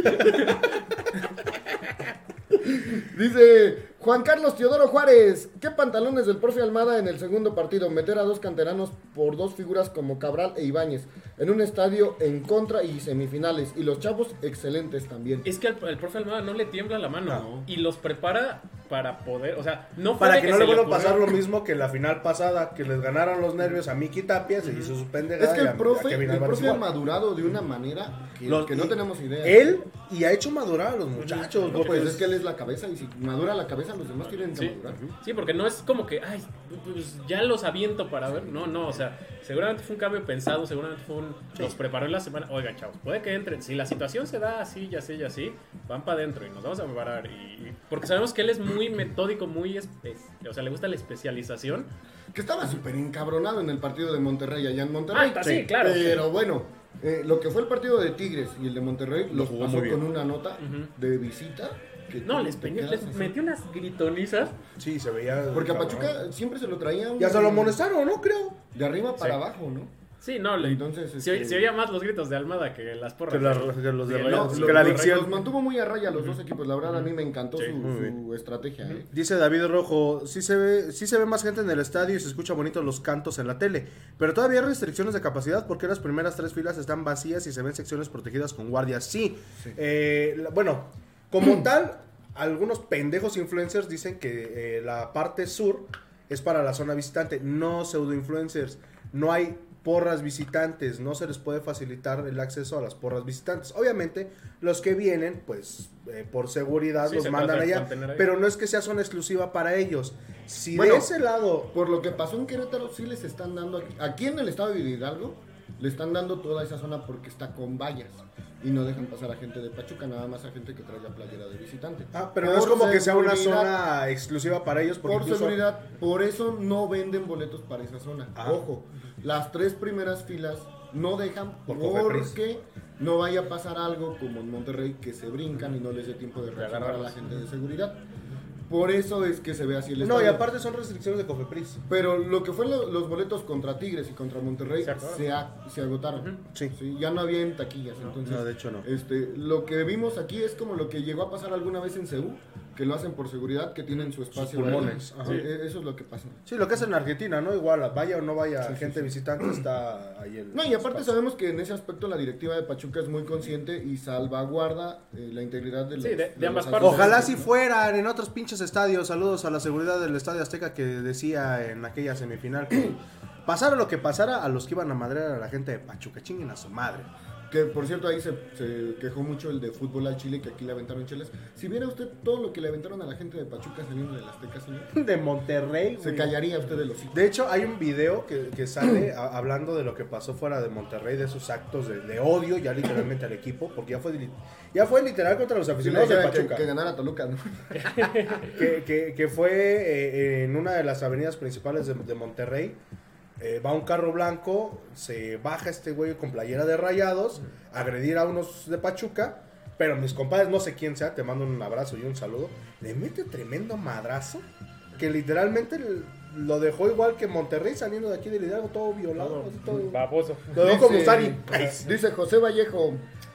S3: Dice Juan Carlos Teodoro Juárez, ¿qué pantalones del profe Almada en el segundo partido? Meter a dos canteranos por dos figuras como Cabral e Ibáñez en un estadio en contra y semifinales. Y los chavos excelentes también.
S1: Eh,
S2: Es que al, al profe Almada no le tiembla la mano
S1: No.
S2: y los prepara para poder, o sea, no fue
S1: Para
S2: de
S1: que no le
S2: se
S1: vuelva a
S2: ocurrió.
S1: pasar lo mismo que en la final pasada, que les ganaron los nervios a Miki Tapia, se hizo su pendejada
S3: Es que
S1: y a-
S3: el
S1: a
S3: profe,
S1: Kevin
S3: el
S1: Álvarez
S3: profe ha
S1: igual.
S3: madurado de una manera que,
S1: Los-
S3: que no
S1: y-
S3: tenemos idea.
S1: Él y ha hecho madurar a los muchachos.
S3: No, pues
S1: porque-
S3: es que él es la cabeza y si madura la cabeza los demás tienen que
S2: Sí.
S3: madurar.
S2: Sí, porque no es como que, ay, pues ya los aviento para ver. No, no, o sea, seguramente fue un cambio pensado, seguramente fue un... Los preparó en la semana. Oigan, chavos, puede que entren. Si la situación se da así, y así, y así, van para adentro y nos vamos a preparar. Y, y- porque sabemos que él es muy metódico, muy... espe- O sea, le gusta la especialización.
S3: Que estaba súper encabronado en el partido de Monterrey allá en Monterrey.
S2: Ah, sí, claro.
S3: Pero bueno, eh, lo que fue el partido de Tigres y el de Monterrey los
S1: jugó
S3: pasó
S1: muy bien.
S3: con una nota de visita. que
S2: No,
S3: tú
S2: les,
S3: te
S2: pe- les
S3: quedas así.
S2: metió unas gritonizas.
S1: Sí, se veía.
S3: Porque a
S1: cabrón.
S3: Pachuca siempre se lo traía un-
S1: Ya se lo amonestaron, ¿no? Creo.
S3: De arriba para
S2: Sí.
S3: abajo, ¿no?
S2: Sí, no, le-
S3: Entonces,
S2: se,
S3: este-
S2: se oía más los gritos de Almada que las porras.
S1: Que las- que los de
S2: Sí,
S1: Rayados.
S2: no,
S1: Que
S3: lo-
S1: la
S3: lo-
S1: adicción.
S3: Los mantuvo muy a raya los dos equipos. La verdad, a mí me encantó su,
S1: muy
S3: su
S1: bien.
S3: estrategia. ¿eh?
S1: Dice David Rojo, sí se, ve, sí se ve más gente en el estadio y se escucha bonitos los cantos en la tele, pero todavía hay restricciones de capacidad porque las primeras tres filas están vacías y se ven secciones protegidas con guardias. Sí, eh, la- bueno, como tal, algunos pendejos influencers dicen que eh, la parte sur es para la zona visitante, no pseudo influencers, no hay porras visitantes, no se les puede facilitar el acceso a las porras visitantes. Obviamente, los que vienen, pues eh, por seguridad
S2: Sí,
S1: los
S2: se
S1: mandan
S2: trata de
S1: allá,
S2: contener ahí.
S1: pero pero no es que sea zona exclusiva para ellos. Si
S3: Bueno.
S1: de ese lado.
S3: Por lo que pasó en Querétaro, sí les están dando. Aquí, aquí en el estado de Hidalgo, le están dando toda esa zona porque está con vallas. Y no dejan pasar a gente de Pachuca, nada más a gente que trae la playera de visitante.
S1: Ah, pero no es
S3: Por
S1: como que sea una
S3: seguridad,
S1: zona exclusiva para ellos. Porque
S3: Por
S1: incluso-
S3: seguridad, por eso no venden boletos para esa zona.
S1: Ah.
S3: Ojo, las tres primeras filas no dejan
S1: Por Cofepris.
S3: porque no vaya a pasar algo como en Monterrey que se brincan y no les dé tiempo de reaccionar a la gente de seguridad. Por eso es que se ve así el
S1: No, y
S3: estadio.
S1: aparte son restricciones de Cofepris.
S3: Pero lo que fueron lo- los boletos contra Tigres y contra Monterrey se, a- se agotaron.
S1: Sí.
S3: Ya no había en taquillas. entonces,
S1: no, de hecho no.
S3: Este, lo que vimos aquí es como lo que llegó a pasar alguna vez en Seúl, que lo hacen por seguridad, que tienen su espacio.
S1: pulmones,
S3: ahí.
S1: ajá.
S3: E- e- Eso es lo que pasa.
S1: Sí, lo que es en Argentina, ¿no? Igual, vaya o no vaya gente visitante, está ahí el.
S3: No, y aparte
S1: espacio.
S3: sabemos que en ese aspecto la directiva de Pachuca es muy consciente y salvaguarda eh, la integridad de, los,
S2: Sí, de- de ambas
S3: los
S2: partes.
S1: Ojalá
S3: atletas,
S1: si
S3: ¿no?
S1: fueran en otros pinches estadios. Saludos a la seguridad del Estadio Azteca que decía en aquella semifinal que pasara lo que pasara, a los que iban a madrear a la gente de Pachuca, chinguen a su madre.
S3: Que por cierto ahí se, se quejó mucho el de fútbol al Chile, que aquí le aventaron chelas. Si viera usted todo lo que le aventaron a la gente de Pachuca saliendo de las Azteca, señor,
S1: De Monterrey,
S3: se
S1: güey.
S3: callaría usted de los hijos.
S1: De hecho, hay un video que, que sale a- hablando de lo que pasó fuera de Monterrey, de esos actos de, de odio ya literalmente al equipo, porque ya fue, li- ya fue literal contra los aficionados de
S3: que,
S1: Pachuca,
S3: que ganara Toluca, ¿no?
S1: que, que- que fue eh, en una de las avenidas principales de, de Monterrey. eh, va un carro blanco, se baja este güey con playera de rayados, a agredir a unos de Pachuca, pero mis compadres, no sé quién sea, te mando un abrazo y un saludo, le mete tremendo madrazo que literalmente el- lo dejó igual que Monterrey saliendo de aquí del Hidalgo, todo violado,
S3: pues,
S1: así, todo-
S6: Baboso.
S1: lo dejó como
S3: Dice-
S1: Usari. pues,
S3: Dice José Vallejo,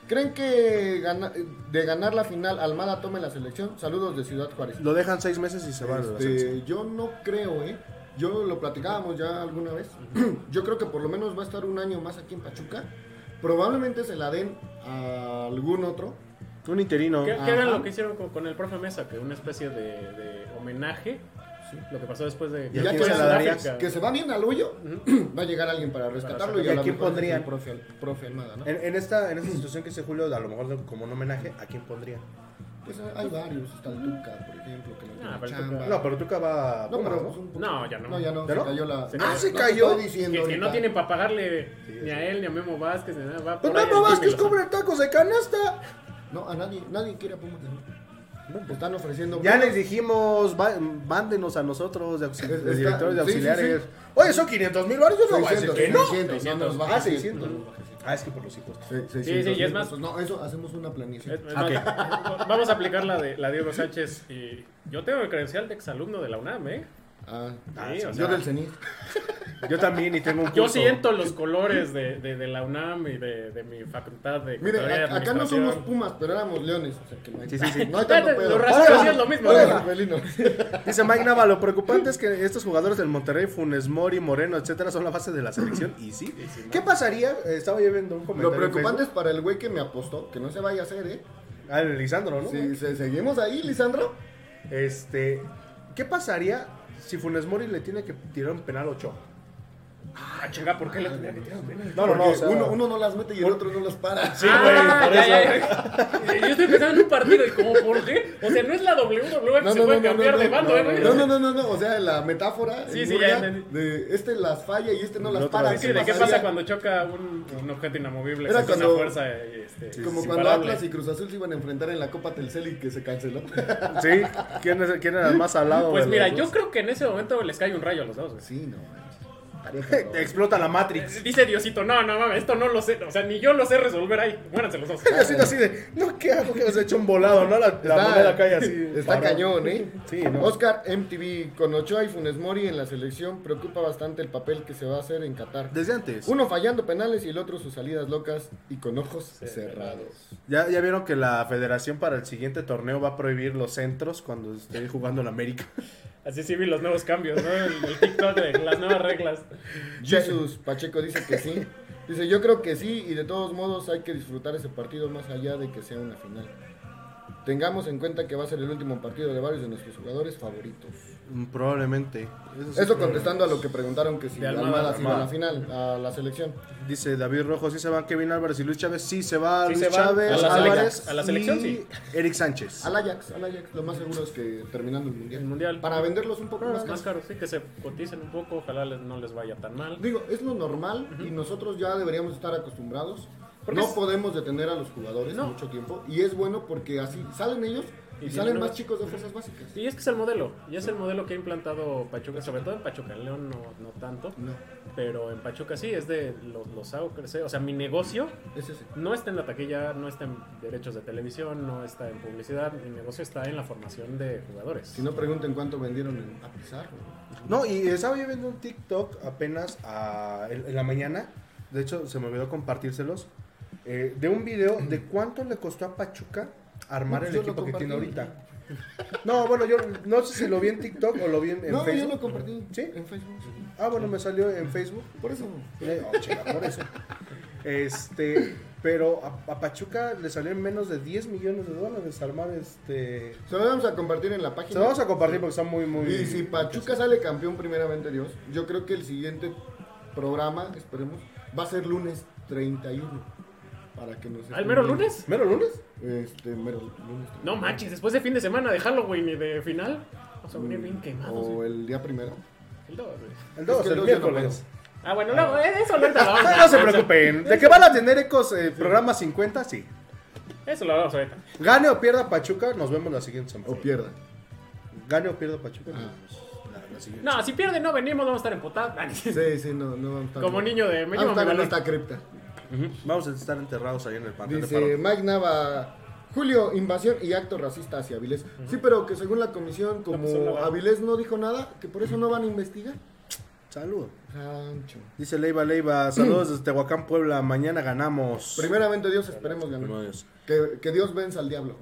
S3: ¿creen que gana- de ganar la final Almada tome la selección? Saludos de Ciudad Juárez.
S1: Lo dejan seis meses y se van a la
S3: Este,
S1: selección.
S3: yo no creo, ¿eh? Yo lo platicábamos ya alguna vez. Yo creo que por lo menos va a estar un año más aquí en Pachuca. Probablemente se la den a algún otro.
S1: Un interino.
S2: ¿Qué, qué era
S3: Ajá.
S2: lo que hicieron con, con el profe Mesa? Que una especie de, de homenaje. Lo que pasó después de.
S1: ¿Y a
S3: ya
S1: quién
S3: que
S1: se
S3: se,
S1: la
S2: darías?
S3: que se va bien al hoyo, va a llegar alguien para rescatarlo.
S1: ¿Y
S3: a
S1: a
S3: lo
S1: quién
S3: mejor es el
S1: pondrían?
S3: Profe, profe Almada, ¿no?
S1: En, en esta, en esta situación que hice Julio, a lo mejor como un homenaje, ¿a quién pondría?
S3: Pues hay varios. Está el Tuca, por ejemplo, que no tiene
S2: Ah, pero el
S3: chamba.
S2: Tuca-
S1: No, pero tú va a
S3: No,
S1: Pumas,
S3: pero
S1: ¿no?
S3: pues, un poco-
S2: No, ya no.
S3: No, ya no.
S1: ¿Ya
S3: se
S1: no?
S3: cayó la.
S2: Se
S3: no,
S2: cayó.
S3: no,
S1: ¿Se
S3: no
S1: cayó?
S3: estoy diciendo
S2: Que, que no
S3: ahorita.
S2: tienen para pagarle
S1: Sí,
S2: ni
S1: sí.
S2: a él ni a Memo Vázquez ni nada. Va
S1: Pues
S2: por ahí
S1: Memo
S2: el
S1: Vázquez
S2: Jimmy Lozano.
S1: cobra tacos de canasta.
S3: No, a nadie. Nadie quiere a Pumas. ¿no?
S2: pues,
S3: Están ofreciendo.
S1: Ya
S3: buenos-
S1: les dijimos, va- mándenos a nosotros de, auxi- de
S3: Está-
S1: directores de
S3: sí, sí, sí.
S1: auxiliares. Oye, son 500 mil baros, yo no voy a decir
S3: 600,
S1: que no.
S3: 600, no nos baja
S1: Ah, 600. Ah, es que por los impuestos.
S3: Se-
S2: sí, y es más-
S3: pesos. No, eso hacemos una planicie.
S2: Es- es más, eh, Vamos a aplicar la de la Diego Sánchez. Y yo tengo el credencial de exalumno de la UNAM, ¿eh?
S3: Ah,
S1: Ah,
S2: Sí,
S1: sí.
S2: o
S3: yo
S2: sea,
S3: del CENIT.
S1: Yo también y tengo un curso.
S2: yo siento los colores de, de- de la UNAM y de, de mi facultad de
S3: Mire,
S2: Contaduría y
S3: a- acá no
S2: Administración.
S3: somos pumas, pero éramos leones. O sea que no hay,
S1: Sí, sí, sí.
S3: No hay tanto
S2: Espérate,
S3: pedo.
S2: lo racional
S3: Órale,
S2: es lo mismo,
S3: órale,
S2: ¿no?
S3: Rafaelino.
S1: Dice Mike Nava, lo preocupante es que estos jugadores del Monterrey, Funes Mori, Moreno, etcétera, son la base de la selección. Y sí. ¿Qué pasaría? Eh, Estaba yo viendo un comentario.
S3: Lo preocupante
S1: en
S3: es para el güey que me apostó, que no se vaya a hacer, ¿eh?
S1: Facebook. Ah, el Lisandro, ¿no?
S3: Si se- seguimos ahí, Lisandro.
S1: Este. ¿Qué pasaría si Funes Mori le tiene que tirar un penal 8?
S2: Ah, chinga, ¿por qué le tenía que tirar un penal?
S1: No, no, no.
S3: Porque
S1: o sea,
S3: uno, uno no las mete y el otro no las para.
S2: Ah, ya, ya, ya. Yo estoy pensando en un partido y como, ¿por qué? O sea, no es la WWE que se puede cambiar de bando, ¿eh? güey?
S3: no, no, no, no, no, o sea, la metáfora
S2: Sí,
S3: en
S2: sí, ya
S3: burla
S2: entendí.
S3: de este las falla y este no las
S1: No te
S3: para.
S1: las-
S2: Sí, sí, ¿de qué
S3: pasaría?
S2: pasa cuando choca un, un objeto inamovible
S3: Era
S2: con esa
S3: cuando-
S2: fuerza eh, este,
S3: Como cuando
S2: imparable?
S3: Atlas y Cruz Azul se iban a enfrentar en la Copa Telcel y que se canceló.
S1: Sí. ¿Quién, es, ¿Quién era el más salado?
S2: Pues
S1: de
S2: mira,
S1: los
S2: yo
S1: dos?
S2: creo que en ese momento les cae un rayo a los dos, güey.
S3: sí, no manches. Pareja, bro.
S1: Explota la Matrix.
S2: Dice Diosito, no, no mames, esto no lo sé, o sea, ni yo lo sé resolver ahí. Muéranse los dos.
S1: Yo siento así de, no, ¿qué hago? Que nos he hecho un volado, ¿no? La, la moneda cae así.
S3: Está
S1: parada.
S3: cañón, ¿eh?
S1: Sí, ¿no?
S3: Oscar MTV, con Ochoa y Funes Mori en la selección, preocupa bastante el papel que se va a hacer en Qatar.
S1: Desde antes.
S3: Uno fallando penales y el otro sus salidas locas y con ojos cerrados.
S1: Ya, ya vieron que la federación para el siguiente torneo va a prohibir los centros cuando esté jugando en América.
S2: Así sí vi los nuevos cambios, ¿no? El, el TikTok de las nuevas reglas.
S3: Jesús Pacheco dice que sí. Dice, yo creo que sí y de todos modos hay que disfrutar ese partido más allá de que sea una final. Tengamos en cuenta que va a ser el último partido de varios de nuestros jugadores favoritos.
S1: Mm, Probablemente. Eso, sí,
S3: Eso
S1: probable.
S3: contestando a lo que preguntaron que si
S2: De Almada,
S3: Almada sí va a la
S1: Almada.
S3: final, a la selección.
S1: Dice David Rojo, sí se van Kevin Álvarez y Luis Chávez. Sí se va
S2: Sí
S1: Luis
S2: se van.
S1: Chávez,
S2: A la
S1: Álvarez
S2: selección- a la selección,
S1: y
S2: sí.
S1: Eric Sánchez.
S3: Al Ajax, al Ajax. Lo más seguro es que terminando el mundial.
S2: El Mundial.
S3: Para venderlos un poco
S2: Más
S3: más caros.
S2: caro, sí, que se coticen un poco, ojalá les- no les vaya tan mal.
S3: Digo, es lo normal y nosotros ya deberíamos estar acostumbrados.
S2: Porque
S3: no
S2: es-
S3: podemos detener a los jugadores
S2: No.
S3: mucho tiempo. Y es bueno porque así salen ellos y,
S2: Y
S3: salen
S2: vienen
S3: más
S2: nuevos.
S3: chicos de fuerzas básicas.
S2: Y es que es el modelo, y es el modelo que ha implantado Pachuca, sobre todo en Pachuca, en León no, no tanto,
S3: No,
S2: pero en Pachuca sí, es de los, los hago crecer, o sea, mi negocio
S3: es ese.
S2: no está en la taquilla, no está en derechos de televisión, no está en publicidad, mi negocio está en la formación de jugadores.
S3: Si no pregunten cuánto vendieron en, a Pizarro.
S1: No, y estaba yo viendo un TikTok apenas a- en, en la mañana. De hecho, se me olvidó compartírselos. eh, de un video de cuánto le costó a Pachuca armar
S3: No, pues
S1: el
S3: yo lo
S1: equipo que tiene
S3: compartí.
S1: ahorita. No, bueno, yo no sé si lo vi en TikTok o lo vi en, en
S3: no, yo
S1: Facebook.
S3: lo compartí
S1: ¿Sí?
S3: en Facebook.
S1: Ah, bueno, me salió en Facebook.
S3: Por eso.
S1: Eh, oh, chinga, por eso. Este, pero a, a Pachuca le salió en menos de 10 millones de dólares armar este.
S3: Se lo vamos a compartir en la
S1: Se
S3: página.
S1: lo vamos a compartir porque está muy, muy.
S3: Y si Pachuca sale campeón, primeramente Dios, yo creo que el siguiente programa, esperemos, va a ser lunes 31. Para que nos.
S2: ¿Al mero
S3: estén-
S2: lunes?
S1: ¿Mero lunes?
S3: Este, mero lunes. 31.
S2: No manches, después de fin de semana de Halloween y de final, vamos a venir bien quemados.
S3: O
S2: güey.
S3: el día primero.
S2: El dos, güey.
S1: El 2,
S3: Es que el
S1: el
S3: dos ya no
S1: miércoles.
S2: Ah, bueno, no, eso no lo vamos
S1: Ah,
S2: a-
S1: no se preocupen. De que van a tener ecos eh, programa 50, sí.
S2: Eso lo hablamos ahorita.
S1: Gane o pierda Pachuca, nos vemos la siguiente
S3: O
S1: semana.
S3: pierda.
S1: Gane o pierda Pachuca. nos
S3: Ah.
S1: vemos la- la siguiente.
S2: No, si pierde no venimos, vamos a estar emputados. Ah, ni-
S3: Sí, sí, no, no vamos a estar. Ah,
S2: Como niño de me
S3: Vamos a
S2: llevo mi
S3: estar en
S2: balón.
S3: esta cripta.
S1: Vamos a estar enterrados ahí en el panteón de
S3: Dice
S1: Parón.
S3: Mike Nava. Julio, invasión y acto racista hacia Avilés. Sí, pero que según la comisión, como
S2: pues, hola.
S3: Avilés no dijo nada, que por eso no van a investigar.
S1: Salud.
S3: Rancho.
S1: Dice Leiva Leiva, saludos desde Tehuacán, Puebla. Mañana ganamos.
S3: Primeramente Dios, esperemos
S1: Primero
S3: ganar.
S1: Dios.
S3: Que, que Dios vence al diablo.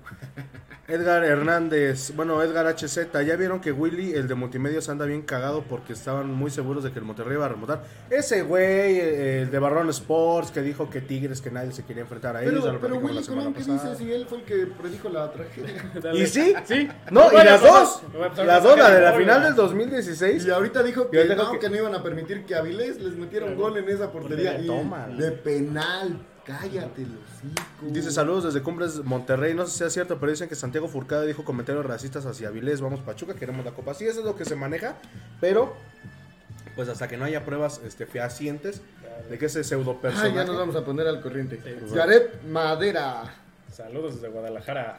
S1: Edgar Hernández, bueno, Edgar HZ, ya vieron que Willy, el de multimedios, anda bien cagado porque estaban muy seguros de que el Monterrey iba a remontar. Ese güey, eh, el de Barrón Sports, que dijo que Tigres, que nadie se quería enfrentar a ellos, ya
S3: Pero,
S1: lo
S3: pero
S1: platicamos la
S3: Willy
S1: semana
S3: Colón, ¿qué dice
S1: pasada.
S3: si él fue el que predijo la tragedia?
S2: Dale.
S1: ¿Y sí?
S2: Sí.
S1: No, y
S2: Bueno,
S1: las
S2: pues,
S1: dos,
S2: me voy a pasar
S1: las
S2: una
S1: dos, la
S2: tarjeta
S1: de la
S2: doble.
S1: final del 2016.
S3: Y ahorita dijo
S1: Yo
S3: que
S1: tengo
S3: no,
S1: que-
S3: que no iban a permitir que Avilés les metiera un gol en esa portería.
S1: Portería,
S3: Y
S1: toma.
S3: de penal. Cállate, los
S1: Dice saludos desde Cumbres Monterrey, no sé si sea cierto, pero dicen que Santiago Furcada dijo comentarios racistas hacia Avilés, vamos Pachuca, queremos la copa. Sí, eso es lo que se maneja, pero pues hasta que no haya pruebas este, fehacientes de que ese pseudo
S3: Ay,
S1: personaje...
S3: ya nos vamos a poner al corriente.
S2: Sí.
S3: Yaret Madera.
S2: Saludos desde Guadalajara.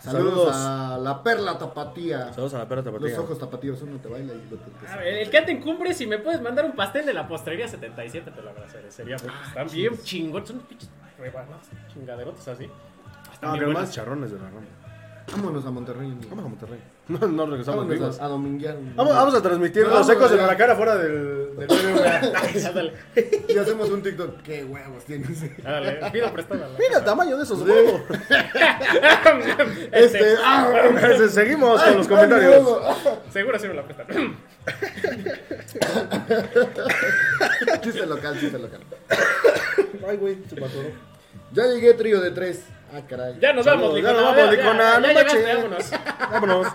S1: Saludos.
S3: Saludos, a la perla tapatía.
S7: Saludos a la perra tapatía.
S3: Los ojos tapatíos, uno te baila y lo te- te-
S2: A ver, Ah, el que anda en cumbre, si me puedes mandar un pastel de la postrería 77, te lo agradeceré. Sería bueno. Están bien chingones, son unos pinches rebanadas, chingaderotes así. Están
S1: Ah,
S2: bien
S1: pero
S2: buenos.
S1: más charrones de la Roma.
S3: Vámonos a Monterrey. güey.
S7: Vamos a Monterrey.
S1: No, no regresamos, amigos.
S3: Vámonos a, a dominguear. güey.
S1: Vamos, vamos a transmitir
S3: Vamos,
S1: los ecos de
S3: ya.
S1: la cara fuera del, del BBVA.
S2: Ay, ándale,
S3: Y hacemos un TikTok. Qué huevos tienes. eh.
S2: ándale, pido prestado.
S1: Mira el tamaño de esos huevos.
S3: Este, ah,
S1: Se- Seguimos con los
S3: ay,
S1: comentarios.
S3: huevo, ah,
S2: Seguro sí me la prestan.
S3: Chiste local, chiste local.
S1: Ay, güey, chupatoró.
S3: Ya llegué trío de tres. Ah, caray.
S2: Ya nos vamos,
S1: Ya nos
S2: Licona,
S1: vamos,
S2: ya, ya,
S1: Licona,
S2: ya
S1: no
S2: llegaste,
S1: manches.
S2: vámonos.
S1: Vámonos.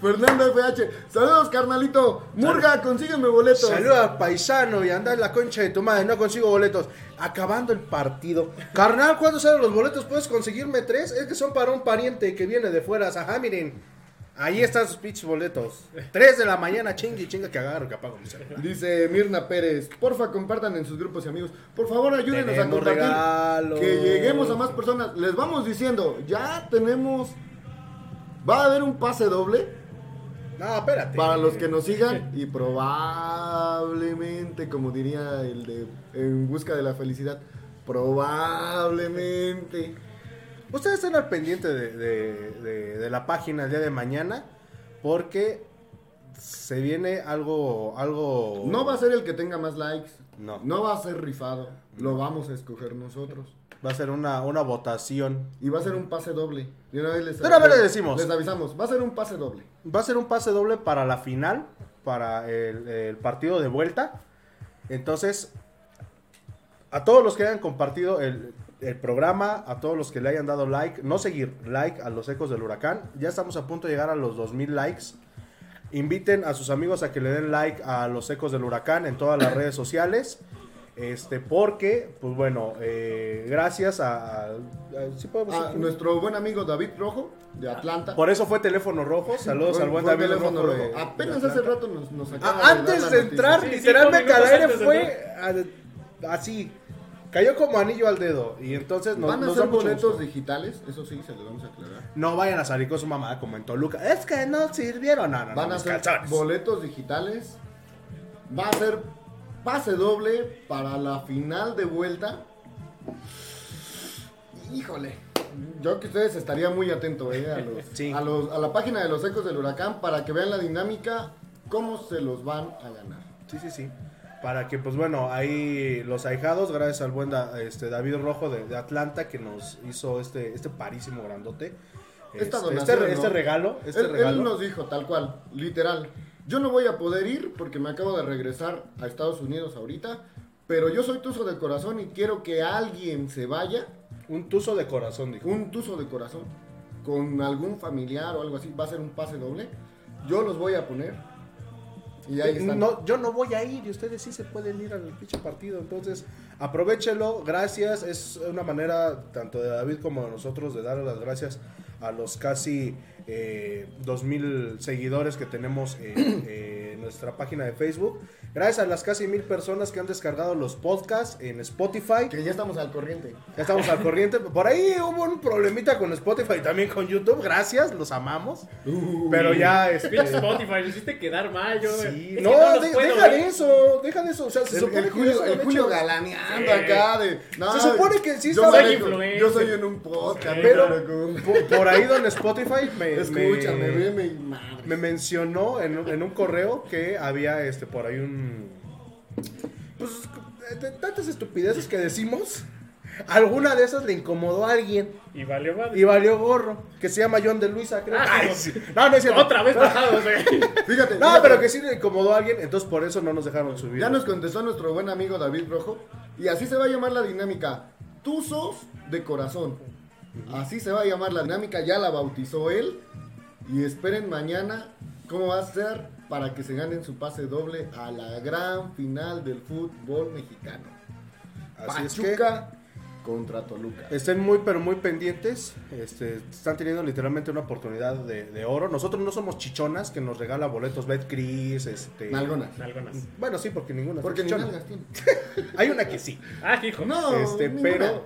S3: Fernando FH. Saludos, carnalito. Murga, consígueme boletos.
S1: Saluda paisano y anda en la concha de tu madre. No consigo boletos. Acabando el partido. Carnal, ¿cuándo salen los boletos? ¿Puedes conseguirme tres? Es que son para un pariente que viene de fuera. Ajá, miren. Ahí están sus pinches boletos. Tres de la mañana, chingue y chinga que agarro, que apago mi celular.
S3: Dice Mirna Pérez, porfa compartan en sus grupos y amigos. Por favor, ayúdenos a
S1: Tenemos
S3: compartir.
S1: regalos.
S3: Que lleguemos a más personas. Les vamos diciendo, ya tenemos. Va a haber un pase doble
S1: No, espérate.
S3: para los que nos sigan. Y probablemente, como diría el de En Busca de la Felicidad, probablemente.
S1: Ustedes están al pendiente de, de- de- de la página el día de mañana porque se viene algo, algo...
S3: No va a ser el que tenga más likes.
S1: No.
S3: No va a ser rifado. Lo vamos a escoger nosotros.
S1: Va a ser una, una votación.
S3: Y va a ser un pase doble. De una vez les,
S1: De una vez les decimos.
S3: Les avisamos. Va a ser un pase doble.
S1: Va a ser un pase doble para la final, para el, el partido de vuelta. Entonces, a todos los que hayan compartido el, el programa, a todos los que le hayan dado like, no seguir like a los ecos del huracán, ya estamos a punto de llegar a los 2000 likes. Inviten a sus amigos a que le den like a los ecos del huracán en todas las redes sociales. Este, porque, pues bueno, eh, gracias a. a- a- sí podemos
S3: A
S1: decir-
S3: Ah, nuestro buen amigo David Rojo, de Atlanta.
S1: Por eso fue teléfono rojo. Saludos
S3: Fue-
S1: al buen
S3: fue
S1: David
S3: teléfono
S1: Rojo de-
S3: Apenas
S1: de
S3: hace
S1: Atlanta.
S3: rato nos, nos acaba
S1: Ah,
S3: de dar la
S1: antes de
S3: noticia.
S1: entrar,
S2: Sí, sí,
S1: literalmente
S2: cinco
S1: al
S2: minutos
S1: aire
S2: antes de
S1: fue a- así. Cayó como anillo al dedo. Y entonces nos,
S3: Van a
S1: nos
S3: ser
S1: da mucho
S3: boletos
S1: gusto.
S3: digitales, eso sí, se los vamos a aclarar.
S1: No vayan a salir con su mamá como en Toluca. Es que no sirvieron. No, no, no,
S3: Van a
S1: mis
S3: ser
S1: calzones.
S3: boletos digitales. Va a ser pase doble para la final de vuelta. Híjole. Yo que ustedes estaría muy atento eh, a, los-
S1: Sí.
S3: a, los- a la página de los ecos del huracán para que vean la dinámica, cómo se los van a ganar.
S1: Sí, sí, sí. Para que, pues bueno, ahí los ahijados, gracias al buen da- este, David Rojo de, de Atlanta que nos hizo este, este parísimo grandote. Este,
S3: Esta
S1: este
S3: donación,
S1: re-
S3: ¿no?
S1: este regalo. Este
S3: él, él
S1: regalo.
S3: nos dijo tal cual, literal. Yo no voy a poder ir porque me acabo de regresar a Estados Unidos ahorita, pero yo soy tuzo de corazón y quiero que alguien se vaya,
S1: Un tuzo de corazón, dijo.
S3: un tuzo de corazón, con algún familiar o algo así, va a ser un pase doble. Yo los voy a poner. Y ahí están.
S1: Eh, No, yo no voy a ir y ustedes sí se pueden ir al pinche partido. Entonces, aprovechelo, gracias. Es una manera tanto de David como de nosotros de dar las gracias a los casi eh, 2.000 seguidores que tenemos en eh, nuestra página de Facebook. Gracias a las casi 1.000 personas que han descargado los podcasts en Spotify.
S3: Que ya estamos al corriente.
S1: Ya estamos al corriente. Por ahí hubo un problemita con Spotify y también con YouTube. Gracias, los amamos.
S3: Uh.
S1: Pero ya... este,
S2: Pinche Spotify, me hiciste quedar mal, yo.
S1: Sí,
S2: es que
S1: no,
S2: los
S1: de-
S2: puedo
S1: deja
S2: ver.
S1: de eso, deja de eso. O sea, se
S3: El,
S1: supone
S3: el
S1: que
S3: Julio,
S1: eso lo
S3: el
S1: han
S3: Julio
S1: hecho.
S3: galaneando acá de. no,
S1: Se supone que sí
S3: yo
S1: estaba-
S3: manejo-
S2: Soy influencer.
S3: Yo soy en un podcast,
S1: Pero-
S3: pero.
S1: Po- Por ahí donde Spotify me,
S3: Escúchame,
S1: me,
S3: veme y madre.
S1: me mencionó en, un- en un correo que había este por ahí un pues de tantas estupideces que decimos, alguna de esas le incomodó a alguien
S2: Y valió madre.
S1: y valió gorro, que se llama John de Luisa, creo.
S2: Ay,
S1: No, no es cierto.
S2: Otra vez bajados, eh.
S3: Fíjate.
S1: No,
S3: fíjate.
S1: pero que sí le incomodó a alguien, entonces por eso no nos dejaron subir.
S3: Ya nos contestó nuestro buen amigo David Rojo. Y así se va a llamar la dinámica. Tuzos de corazón. Así se va a llamar la dinámica. Ya la bautizó él. Y esperen mañana cómo va a ser para que se ganen su pase doble a la gran final del fútbol mexicano.
S1: Así es que-
S3: Pachuca contra Toluca.
S1: Estén muy, pero muy pendientes. Este, están teniendo literalmente una oportunidad de, de oro. Nosotros no somos chichonas que nos regala boletos Betcris. Este,
S3: Nalgonas.
S2: Algunas.
S1: Bueno, sí, porque ninguna. es
S3: Porque ni
S1: chichona.
S3: nalgas tiene.
S1: Hay una que sí.
S2: Ah, hijo.
S3: No,
S1: este,
S3: ninguna.
S1: pero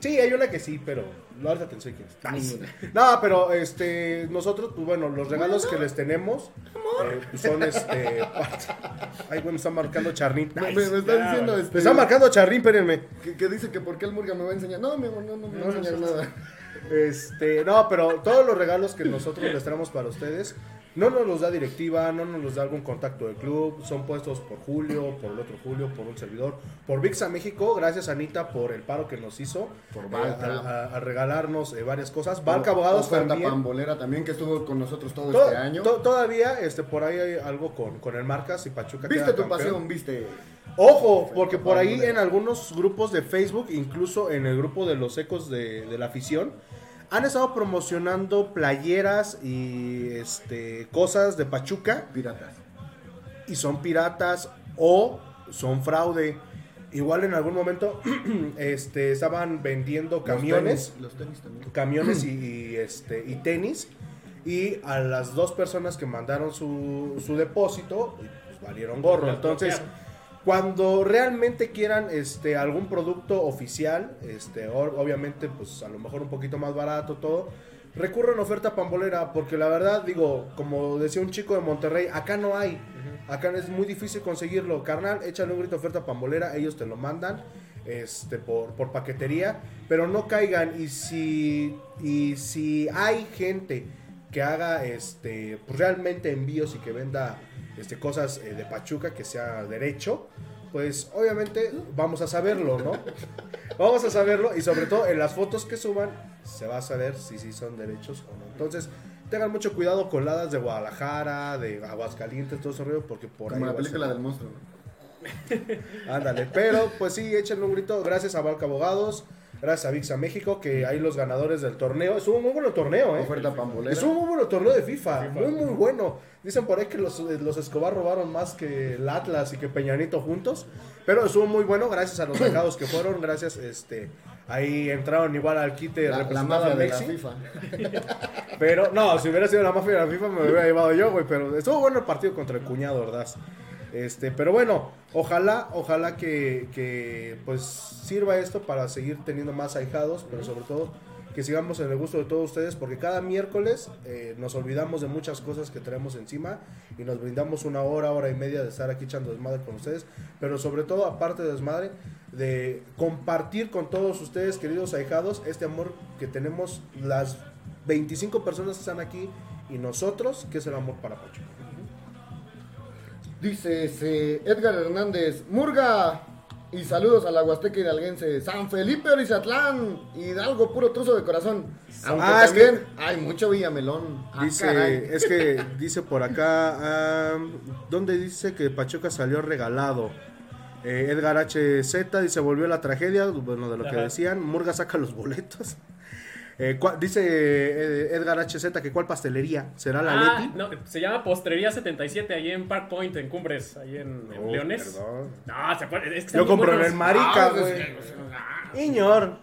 S1: Sí, hay una que sí, pero no, ahorita te enseño quién es. No, pero este, nosotros, pues bueno, los regalos que les tenemos eh, pues, son este. Ay, güey, me está marcando Charlín.
S3: Me,
S1: Nice.
S3: me- me está diciendo este,
S1: Me está marcando Charlín, espérenme.
S3: que, que dice que por qué el Murga me va a enseñar. No, mi amor, no, no me va a enseñar nada.
S1: Este, no, pero todos los regalos que nosotros les traemos para ustedes, no nos los da directiva, no nos los da algún contacto del club, son puestos por Julio, por el otro Julio, por un servidor, por VIXA México, gracias Anita por el paro que nos hizo,
S3: Por
S1: eh,
S3: Valca.
S1: a, a- a regalarnos eh, varias cosas, Barca Abogados
S3: Oferta
S1: también.
S3: Pambolera también que estuvo con nosotros todo
S1: To-
S3: este año.
S1: to- todavía este, por ahí hay algo con, con el Marcas y Pachuca.
S3: Viste
S1: queda
S3: tu
S1: campeón.
S3: pasión, viste.
S1: Ojo, porque por ahí
S3: Pambolera.
S1: en algunos grupos de Facebook, incluso en el grupo de los ecos de, de la afición, han estado promocionando playeras y este cosas de Pachuca
S3: Piratas.
S1: y son piratas o son fraude. Igual en algún momento este, estaban vendiendo camiones
S3: Los tenis, los tenis también.
S1: camiones y, y, este y tenis y a las dos personas que mandaron su, su depósito pues, valieron gorro
S2: Las
S1: entonces
S2: bloquearon.
S1: cuando realmente quieran este algún producto oficial este o- obviamente pues a lo mejor un poquito más barato todo recurran a oferta pambolera porque la verdad digo como decía un chico de Monterrey acá no hay acá es muy difícil conseguirlo carnal échale un grito a oferta pambolera ellos te lo mandan este, por, por paquetería, pero no caigan. Y si, y si hay gente que haga este, pues, realmente envíos y que venda este, cosas eh, de Pachuca que sea derecho, pues obviamente vamos a saberlo, ¿no? Vamos a saberlo y sobre todo en las fotos que suban se va a saber si, si son derechos o no. Entonces, tengan mucho cuidado con ladas de Guadalajara, de Aguascalientes, todo ese rollo, porque por
S3: Como
S1: ahí
S3: la
S1: va a ser-
S3: película del monstruo.
S1: Ándale, pero pues sí, échenle un grito. Gracias a Barca Abogados, gracias a VIXA México, que hay los ganadores del torneo. Es un muy buen torneo, ¿eh?
S3: Oferta Pambolera.
S1: Es un muy buen torneo de FIFA, muy, muy bueno. Dicen por ahí que los, eh, los Escobar robaron más que el Atlas y que Peñanito juntos, pero estuvo muy bueno gracias a los dejados que fueron, gracias, este, ahí entraron igual al quite
S3: La, la
S1: representado
S3: mafia
S1: a
S3: de la
S1: Mexi.
S3: FIFA.
S1: Pero no, si hubiera sido la mafia de la FIFA me hubiera llevado yo, güey. Pero estuvo bueno el partido contra el cuñado Ordaz. Este, pero bueno, ojalá, ojalá que, que, pues sirva esto para seguir teniendo más ahijados, pero sobre todo que sigamos en el gusto de todos ustedes, porque cada miércoles eh, nos olvidamos de muchas cosas que traemos encima y nos brindamos una hora, hora y media de estar aquí echando desmadre con ustedes, pero sobre todo, aparte de desmadre, de compartir con todos ustedes, queridos ahijados, este amor que tenemos las 25 personas que están aquí y nosotros, que es el amor para Pachuca.
S3: Dice ese Edgar Hernández, Murga. Y saludos a la Huasteca Hidalguense, San Felipe Orizatlán, Hidalgo, puro trozo de corazón. Aunque
S1: Ah, es que-
S3: también hay mucho Villamelón. Ah,
S1: Dice,
S3: caray.
S1: es que dice por acá, am, ¿dónde dice que Pachuca salió regalado? Eh, Edgar HZ dice, volvió la tragedia, bueno, de lo que
S6: Ajá.
S1: decían, Murga saca los boletos. Eh, cua- dice eh, Edgar HZ que cuál pastelería, ¿será la
S6: Ah,
S1: Leti?
S6: no, se llama Postrería 77 ahí en Park Point, en Cumbres, ahí en, en
S1: Oh,
S6: Leones.
S1: perdón.
S6: No, se puede. Es que están
S1: Yo
S6: muy
S1: compro en
S6: buenos.
S1: el Marica,
S3: Ah, pues,
S1: güey.
S3: es que-
S1: Iñor.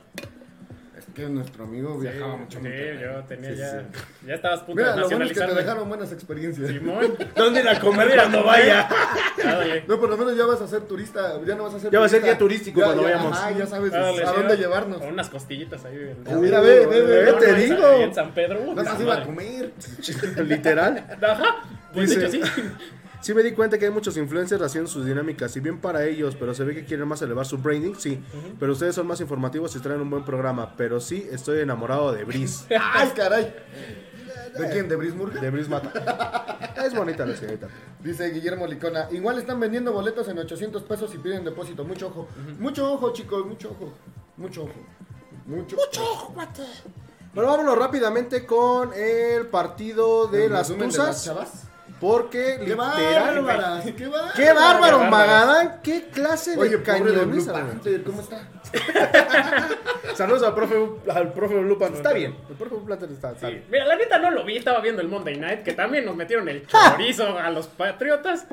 S3: Es que nuestro amigo viajaba mucho. a
S6: Sí,
S3: Monterrey.
S6: yo tenía
S1: Sí,
S6: ya. Ya estabas a punto
S3: Mira,
S6: de
S3: lo bueno es que te
S6: nacionalizarme.
S3: dejaron buenas experiencias.
S6: Simón.
S1: ¿Dónde ir a comer cuando vaya?
S6: Ya, oye.
S3: No, por lo menos ya vas a ser turista, ya no vas a ser
S1: Ya vas a ser guía turístico cuando
S3: ya,
S1: vayamos.
S3: ajá, ya sabes
S6: Ah, les
S3: Pues, a
S6: iba-
S3: dónde llevarnos. Ah,
S6: Con unas costillitas ahí. en-
S1: Uh,
S3: Mira, ve, ve, ve,
S1: ve,
S6: No,
S1: te
S6: no, en-
S1: digo.
S6: ahí En San Pedro. Uh,
S3: No
S6: la
S3: se iba a
S6: madre.
S3: comer.
S1: Literal.
S6: Ajá. Pues
S1: Dice-
S6: dicho así.
S1: Sí me di cuenta que hay muchos influencers haciendo sus dinámicas, y bien para ellos, pero se ve que quieren más elevar su branding, sí. Pero ustedes son más informativos y traen un buen programa. Pero sí, estoy enamorado de Bris.
S3: Ay, caray. ¿De quién? ¿De Brice Murga?
S1: De Bris Mata. Es bonita la señorita.
S3: Dice Guillermo Licona, igual están vendiendo boletos en 800 pesos y piden depósito. Mucho ojo. Mucho ojo, chicos, mucho ojo. Mucho ojo. Mucho, ojo.
S1: Bueno, vámonos rápidamente con el partido de las
S3: Resumen de las
S1: Tuzas.
S3: chavas.
S1: porque
S3: ¡Qué
S1: literal.
S3: bárbaras! ¡Qué
S1: ¡Qué bárbaro,
S6: bárbaro!
S1: Magadán! ¡Qué clase
S3: Oye,
S1: de
S3: pobre de Blue
S1: cañoniza!
S3: Panther, ¿cómo está?
S1: Saludos al profe, al profe Blue Panther. Está bien. El profe Blue Panther está, está bien.
S6: Mira, la neta no lo vi, estaba viendo el Monday Night, que también nos metieron el chorizo a los Patriotas,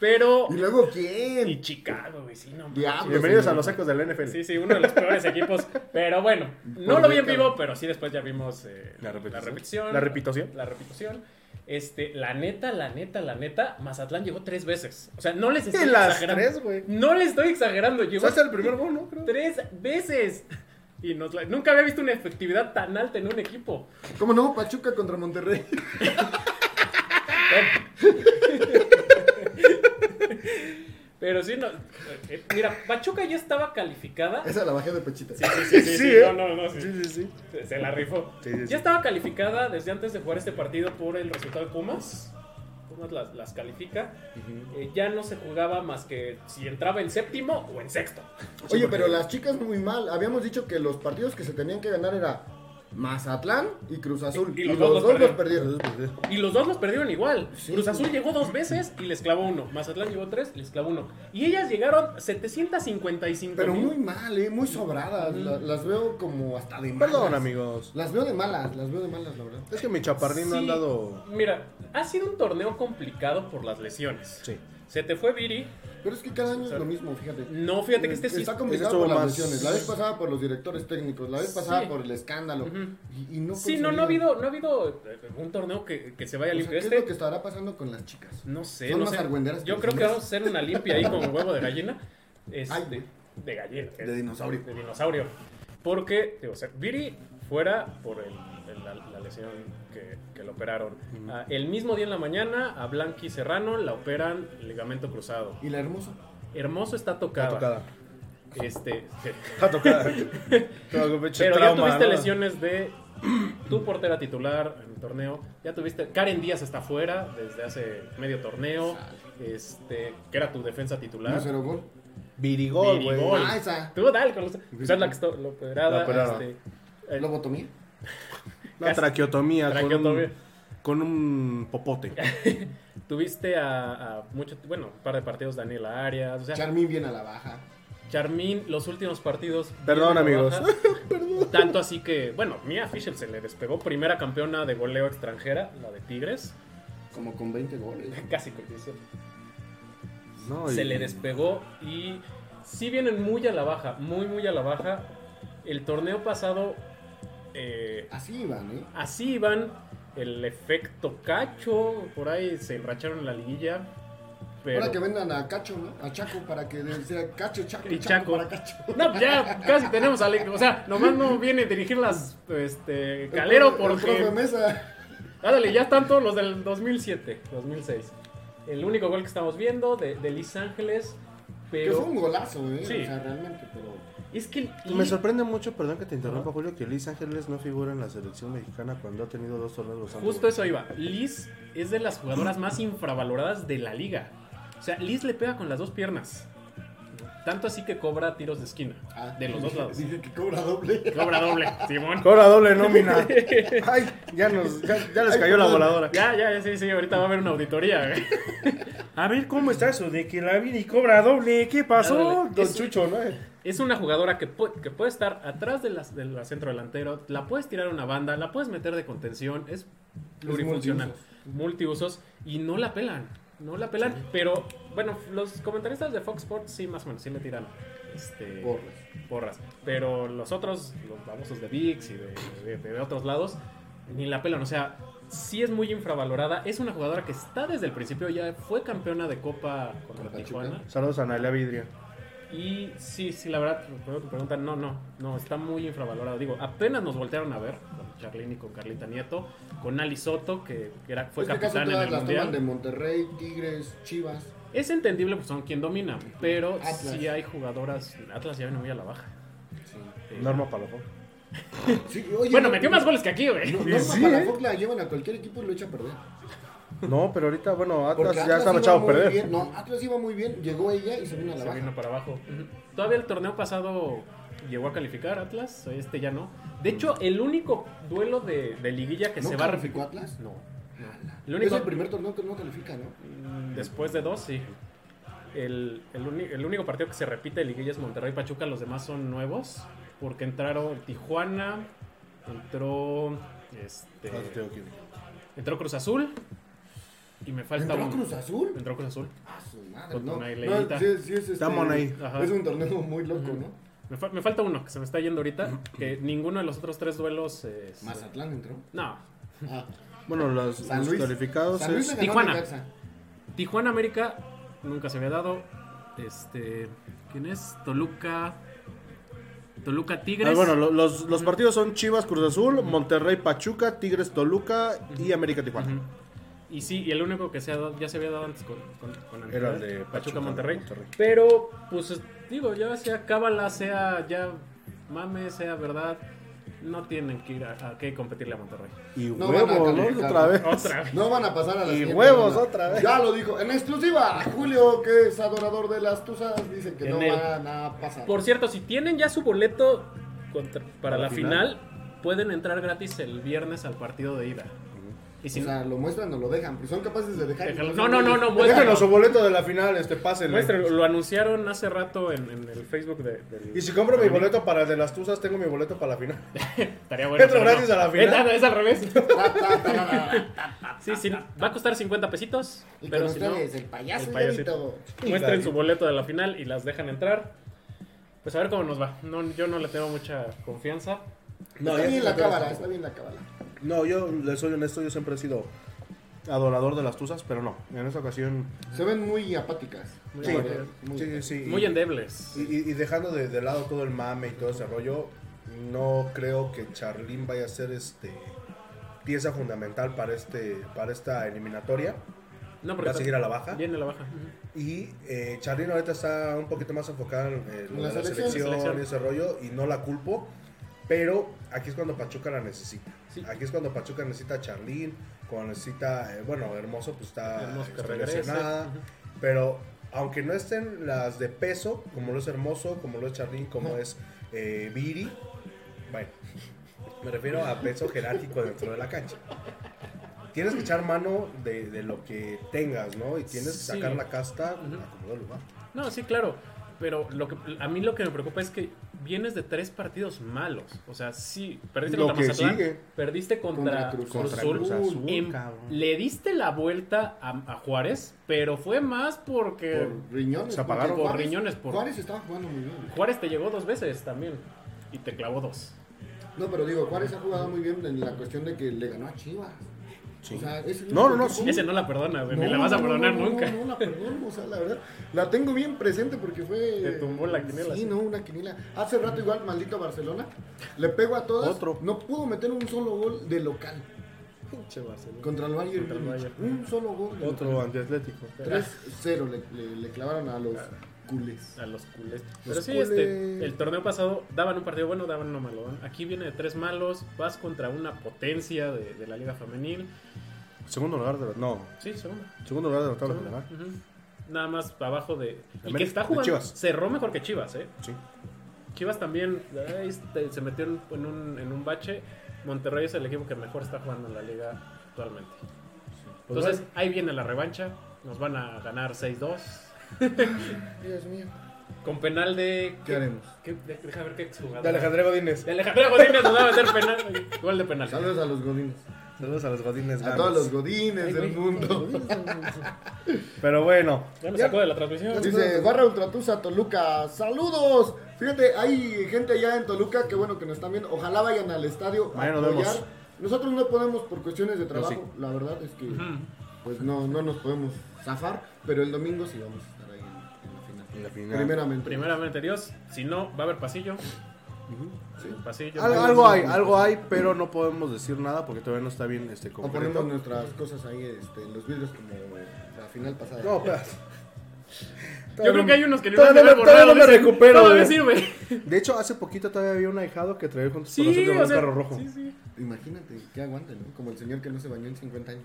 S6: pero...
S3: ¿Y luego
S6: Y
S3: quién?
S6: Chicago, güey, sí, no manches.
S3: Diablos.
S1: Bienvenidos a
S3: señor.
S1: los ecos del NFL.
S6: Sí, sí, uno de los peores equipos, pero bueno, no
S3: Por
S6: lo vi en
S3: décadas.
S6: vivo, pero sí después ya vimos eh,
S1: La repetición.
S6: la repetición.
S1: La repitación.
S6: La repetición. Este, la neta, la neta, la neta, Mazatlán llegó tres veces. O sea, no les estoy
S1: Y las
S6: exagerando.
S1: tres, güey.
S6: No les estoy exagerando, llegó
S1: Fue hasta el primer gol, ¿no? Creo.
S6: tres veces.
S2: Y nos la- Nunca había visto una efectividad tan alta en un equipo.
S3: ¿Cómo no? Pachuca contra Monterrey.
S2: Pero sí, no, eh, mira, Pachuca ya estaba calificada.
S3: Esa la bajé de pechita.
S2: Sí, sí, sí, sí,
S1: Sí,
S2: sí,
S1: ¿eh?
S2: no, no, no, sí.
S1: Sí, sí, sí.
S2: Se, se la rifó.
S1: Sí, sí, sí.
S2: Ya estaba calificada desde antes de jugar este partido por el resultado de Pumas. Pumas las, las califica. Eh, ya no se jugaba más que si entraba en séptimo o en sexto.
S3: Oye, pero las chicas muy mal. Habíamos dicho que los partidos que se tenían que ganar era Mazatlán y Cruz Azul.
S2: Y- y los dos los perdieron.
S3: perdieron.
S2: Y los dos los perdieron igual.
S3: Sí.
S2: Cruz Azul llegó dos veces y les clavó uno. Mazatlán llegó tres y les clavó uno. Y ellas llegaron 755
S3: Pero
S2: mil.
S3: muy mal, ¿eh? Muy sobradas.
S2: Mm.
S3: La- las veo como hasta de malas.
S1: Perdón, amigos.
S3: Las veo de malas, las veo de malas, la verdad.
S1: Es que mi chaparrín no ha
S2: Sí,
S1: andado.
S2: Mira, ha sido un torneo complicado por las lesiones.
S1: Sí.
S2: Se te fue Viri.
S3: Pero es que cada año es lo mismo, fíjate. Eh,
S2: No, fíjate que este sí.
S3: Está
S1: Ese
S3: complicado
S1: estuvo
S3: por las
S1: más-
S3: lesiones. La vez pasada por los directores técnicos, la vez pasada
S2: Sí.
S3: por el escándalo. y, y no
S2: Sí, no, no ha
S3: consolida.
S2: habido, no ha habido eh, un torneo que, que se vaya
S3: O sea,
S2: limpio.
S3: ¿Qué
S2: Este,
S3: es lo que estará pasando con las chicas?
S2: no sé,
S3: son
S2: no
S3: más
S2: sé.
S3: argüenderas que
S2: Yo
S3: los
S2: creo que
S3: hombres.
S2: vamos a hacer una limpia ahí con huevo de gallina. Este,
S3: Ay, güey.
S2: de gallina.
S3: De dinosaurio.
S2: De dinosaurio. Porque, digo, o sea, Viri fuera por el- el- la, la lesión que, que le operaron. Ah, el mismo día en la mañana, a Blanqui Serrano la operan ligamento cruzado.
S3: ¿Y la hermosa?
S2: Hermoso está tocada.
S1: Está tocada.
S2: Este, sí.
S1: Está tocada. Todo pinche
S2: Pero ya
S1: trauma,
S2: tuviste
S1: ¿no?
S2: lesiones de tu portera titular en el torneo. Ya tuviste. Karen Díaz está fuera desde hace medio torneo. Este, que era tu defensa titular.
S3: No, cero gol.
S1: Virigol, güey.
S2: Virigol.
S3: Ah, esa.
S2: Tú dale con los. pues es la que está la operada.
S1: La operada.
S2: este, eh,
S3: Lobotomía.
S1: Una traqueotomía, Ah, con
S2: Traqueotomía.
S1: un- Con, un popote.
S2: tuviste a, a mucho, bueno, un par de partidos Daniela Arias. O sea,
S3: Charmín viene a la baja.
S2: Charmín, los últimos partidos.
S1: Perdón,
S2: bien
S1: amigos.
S2: baja. Tanto así que, bueno, Mia Fischel se le despegó. Primera campeona de goleo extranjera, la de Tigres.
S3: Como con 20 goles.
S2: Casi con 17.
S1: No,
S2: se
S1: y-
S2: le despegó y sí vienen muy a la baja, muy muy a la baja. El torneo pasado eh,
S3: Así iban, ¿eh?
S2: así iban, el efecto cacho, por ahí se enracharon en la liguilla, pero...
S3: Ahora que vendan a Cacho, ¿no? A Chaco para que sea Cacho, Chaco,
S2: Y Chaco.
S3: Chaco, para Cacho.
S2: No, ya casi tenemos a Alex. O sea, nomás no viene a dirigir las. Este. Calero
S3: El profe- El profe
S2: porque.
S3: Mesa.
S2: Ándale, ya están todos los del 2007, 2006. El único gol que estamos viendo de, de Liz Ángeles.
S3: Que fue
S2: Pero.
S3: un golazo, ¿eh?
S2: Sí.
S3: O sea, realmente, pero...
S2: Es que.
S1: Me sorprende mucho, perdón que te interrumpa, Julio, que Luis Ángeles no figura en la selección mexicana cuando ha tenido dos torneos.
S2: Justo eso iba. Liz es de las jugadoras más infravaloradas de la liga. O sea, Liz le pega con las dos piernas. Tanto así que cobra tiros de esquina.
S3: Ah,
S2: de los dos lados.
S3: Dije que cobra doble.
S2: Cobra doble, Simón.
S1: Cobra doble nómina. Ay, ya, nos, ya, ya les cayó la voladora.
S2: Ya, ya, ya, sí, sí, ahorita va a haber una auditoría. güey.
S1: A ver, ¿cómo está eso de que la y cobra doble? ¿Qué pasó,
S2: Ándale.
S1: don
S2: Es-
S1: Chucho? ¿no?
S2: Es una jugadora que, pu- que puede estar atrás de las- del centro delantero, la puedes tirar a una banda, la puedes meter de contención, es plurifuncional, multiusos. y no la pelan, no la pelan, pero bueno, los comentaristas de Fox Sports sí, más o menos, sí le tiran. Este,
S3: Porras.
S2: porras. Pero los otros, los famosos de VIX y de, de- de otros lados, ni la pelan. O sea, sí es muy infravalorada. Es una jugadora que está desde el principio, ya fue campeona de Copa contra
S3: Con Pachuca.
S2: Tijuana.
S1: Saludos a Analia Vidria.
S2: Y sí, sí, la verdad, respondiendo a tu pregunta, no, no, no, está muy infravalorado. Digo, apenas nos voltearon a ver con Charlene y con Carlita Nieto, con Ali Soto, que era, fue
S3: Es que casi
S2: capitán en
S3: este todas
S2: el
S3: las toman de
S2: Mundial.
S3: Monterrey, Tigres, Chivas.
S2: Es entendible, pues son quien domina, pero
S3: Atlas.
S2: sí hay jugadoras, Atlas ya viene muy a la baja. Eh,
S1: Norma Palofo.
S3: Sí, oye,
S2: Bueno,
S3: no-
S2: metió más goles que aquí, güey.
S3: No,
S1: Y
S3: Norma
S1: sí, ¿eh?
S3: Palafox la llevan a cualquier equipo y lo echa a perder.
S1: No, pero ahorita, bueno, Atlas
S3: Porque
S1: ya
S3: Atlas
S1: estaba
S3: iba
S1: echado a
S3: muy
S1: perder.
S3: bien. No, Atlas iba muy bien. Llegó ella y se vino a la
S2: Se
S3: baja.
S2: vino para abajo. Todavía el torneo pasado llegó a calificar Atlas, este ya no. De hecho, el único duelo de, de liguilla que
S3: ¿No
S2: se va a
S3: calificó
S2: repetir.
S3: Atlas?
S2: No. El
S3: Es
S2: único,
S3: el primer torneo que no califica, ¿no?
S2: Mm, Después de dos, sí. El, el uni- el único partido que se repite de liguilla es Monterrey Pachuca, los demás son nuevos. Porque entraron el Tijuana, entró. Este,
S1: Ah, tengo que ir.
S2: entró Cruz Azul. Y me falta
S3: ¿Entró
S2: un-
S3: Cruz Azul?
S2: Entró Cruz Azul.
S3: Ah, su madre,
S2: Con
S3: no.
S2: una
S3: no
S2: ileguita.
S3: sí, sí es, este,
S1: Estamos ahí.
S2: Ajá.
S3: Es un torneo muy loco, ¿no?
S2: Me, fa- me falta uno que se me está yendo ahorita. Que ninguno de los otros tres duelos es.
S3: Mazatlán entró.
S2: No.
S3: Ah,
S1: Bueno, los,
S3: San
S1: los
S3: Luis.
S1: calificados
S3: San Luis
S1: es-
S3: le ganó a
S2: Tijuana.
S3: Necaxa.
S2: Tijuana América nunca se había dado. Este. ¿Quién es? Toluca. Toluca Tigres.
S1: Ah, bueno, lo- los, los partidos son Chivas, Cruz Azul, Monterrey, Pachuca, Tigres, Toluca y América Tijuana.
S2: Y sí, y el único que se ha dado- ya se había dado antes con, con, con América,
S1: Era el de
S2: Pachuca,
S1: Pachuca,
S2: Monterrey.
S1: Monterrey.
S2: Pero, pues es- digo, ya sea cábala, sea ya mame, sea verdad, no tienen que ir a, a que competirle a Monterrey.
S1: Y
S3: No van a
S1: huevos, ¿no?
S3: calificar.
S1: Otra vez.
S2: Otra vez.
S3: No van a pasar a la
S1: Y
S3: siguiente
S1: huevos
S3: ronda.
S1: otra vez.
S3: Ya lo dijo. En exclusiva, Julio, que es adorador de las tuzas, dice que no
S2: En el-
S3: van a pasar.
S2: Por cierto, si tienen ya su boleto contra- para
S1: ¿Para
S2: la
S1: la
S2: final, pueden entrar gratis el viernes al partido de ida. Y si
S3: o sea, lo muestran o lo dejan. Pero son capaces de dejar.
S2: Déjalo. No, no, no, no, muéstralo.
S1: Déjenos su boleto de la final, este, pásenle.
S2: Muéstrenlo, lo anunciaron hace rato en, en el Facebook de, del-
S1: Y si compro mi boleto para el de las Tuzas, tengo mi boleto para la final.
S2: Estaría bueno.
S1: Entro
S2: pero
S1: gratis a la final.
S2: Es, es al revés.
S3: Ta, ta, ta, ta, ta.
S2: Sí, sí. Va a costar 50 pesitos.
S3: Y con
S2: Pero si no,
S3: ustedes, el payaso,
S2: el
S3: el
S2: payasito. muestren su boleto de la final y las dejan entrar. Pues a ver cómo nos va. No, yo no le tengo mucha confianza.
S1: No,
S3: está
S1: ya
S3: bien
S1: se
S3: la
S1: me
S3: cábala,
S1: acabó.
S3: está bien la cábala.
S1: No, yo le soy honesto, yo siempre he sido adorador de las Tuzas, pero no. En esta ocasión.
S3: Se ven muy apáticas.
S2: Muy
S3: la
S1: Sí,
S3: verdad, muy
S1: sí,
S3: apáticas.
S1: sí.
S2: Muy endebles.
S1: Y, y- y dejando de, de lado todo el mame y todo ese rollo, no creo que Charlín vaya a ser este pieza fundamental para este para esta eliminatoria.
S2: No,
S1: Va a seguir a la baja.
S2: Viene la baja.
S1: Y eh, Charlín ahorita está un poquito más enfocada en, eh, lo
S3: La
S1: de la
S3: selección,
S1: selección,
S2: selección.
S1: y ese rollo, y no la culpo. Pero aquí es cuando Pachuca la necesita.
S2: Sí.
S1: Aquí es cuando Pachuca necesita a Charlín, cuando necesita, eh, bueno, Hermoso pues está,
S2: Hermoso que
S1: está
S2: regrese.
S1: lesionada.
S2: Ujú.
S1: Pero aunque no estén las de peso, como lo es Hermoso, como lo es Charlín, como es eh, Viri, bueno, me refiero a peso jerárquico dentro de la cancha. Tienes que echar mano de, de lo que tengas, ¿no? Y tienes que
S2: Sí.
S1: sacar la casta
S2: Ujú.
S1: a como de lugar.
S2: No, sí, claro. Pero lo que, a mí lo que me preocupa es que vienes de tres partidos malos. O sea, sí, perdiste
S1: Lo
S2: contra
S1: que
S2: Mazatlán,
S1: sigue.
S2: perdiste contra,
S3: Contra Cruz
S2: Cruz
S1: Azul.
S2: Azul,
S1: Cruz Azul,
S2: Pues em-
S1: cabrón.
S2: le diste la vuelta a, a Juárez, pero fue más porque
S3: Por riñones.
S1: Se apagaron.
S3: porque
S2: Por
S3: Juárez-
S2: riñones, por-
S3: Juárez estaba jugando muy bien.
S2: Juárez te llegó dos veces también y te clavó dos.
S3: No, pero digo, Juárez ha jugado muy bien en la cuestión de que le ganó a Chivas. O sea, es el
S1: No,
S3: único
S1: no, no,
S3: equipo-
S1: sí.
S2: Ese no la perdona, güey, ni
S3: No,
S2: la vas a
S3: no, no,
S2: perdonar
S3: no, no,
S2: nunca.
S3: No, la perdono, o sea, la verdad. La tengo bien presente porque fue.
S2: Te tumbó la quiniela,
S3: Sí,
S2: sí.
S3: no, una quiniela. Hace rato, igual, maldito Barcelona. Le pego a todas.
S1: Otro.
S3: No pudo meter un solo gol de local contra el Bayern.
S2: Contra el
S3: Múnich.
S2: Bayern.
S3: Un solo gol. de
S1: Otro
S3: local.
S1: antiatlético.
S3: 3-0 le, le- le clavaron a los culés.
S2: A los culés.
S3: Los
S2: Pero sí,
S3: culés.
S2: este, el torneo pasado daban un partido bueno, daban uno malo. ¿eh? Aquí viene de tres malos, vas contra una potencia de, de la liga femenil.
S1: Segundo lugar de la, no,
S2: Sí, segundo.
S1: segundo lugar de la tabla
S2: segundo.
S1: general.
S2: Ujú. Nada más abajo de... Y
S1: América-
S2: que está
S1: de
S2: jugando...
S1: Chivas.
S2: Cerró mejor que Chivas, ¿eh?
S1: Sí.
S2: Chivas también ay, este, se metió en en un, en un bache. Monterrey es el equipo que mejor está jugando en la liga actualmente.
S1: Pues
S2: Entonces, ahí viene la revancha. Nos van a ganar 6-2.
S3: Dios mío.
S2: Con penal de.
S3: ¿Qué haremos?
S2: ¿Qué? De- Deja ver qué exjugador.
S1: De Alejandro Godínez.
S2: De Alejandro Godínez nos va a meter penal. Gol de penal.
S3: Saludos a los godines.
S1: Saludos a los Godínez.
S3: A
S1: Games.
S3: todos los godines del mundo.
S1: Pero bueno,
S2: Ya me sacó de la transmisión.
S3: Dice Barra Ultratusa Toluca, saludos. Fíjate, hay gente allá en Toluca que bueno que nos están viendo. Ojalá vayan al estadio a
S1: Mañana nos
S3: apoyar.
S1: vemos.
S3: Nosotros no podemos por cuestiones de trabajo,
S1: sí.
S3: la verdad es que pues no, no nos podemos zafar, pero el domingo sí vamos a estar ahí en, en la final.
S1: En la final.
S3: Primeramente.
S2: Primeramente, Dios. Si no, va a haber pasillo.
S3: Sí.
S2: Pasillo.
S1: al- algo hay, algo hay, pero no podemos decir nada porque todavía no está bien este
S3: O
S1: concreto.
S3: ponemos nuestras cosas ahí este, en los vidrios como la final pasada.
S1: No, pues. espérate.
S2: Yo creo que hay unos que no
S1: todavía
S2: van a
S1: no, todavía no me
S2: borrados, dicen,
S1: recupero.
S2: Todavía
S1: güey.
S2: sirve.
S1: De hecho, hace poquito todavía había un ahijado que traía juntos con
S2: Sí,
S1: nosotros
S2: o
S1: un
S2: sea,
S1: carro rojo.
S2: Sí, sí.
S3: Imagínate, qué aguante, ¿no? Como el señor que no se bañó en 50 años.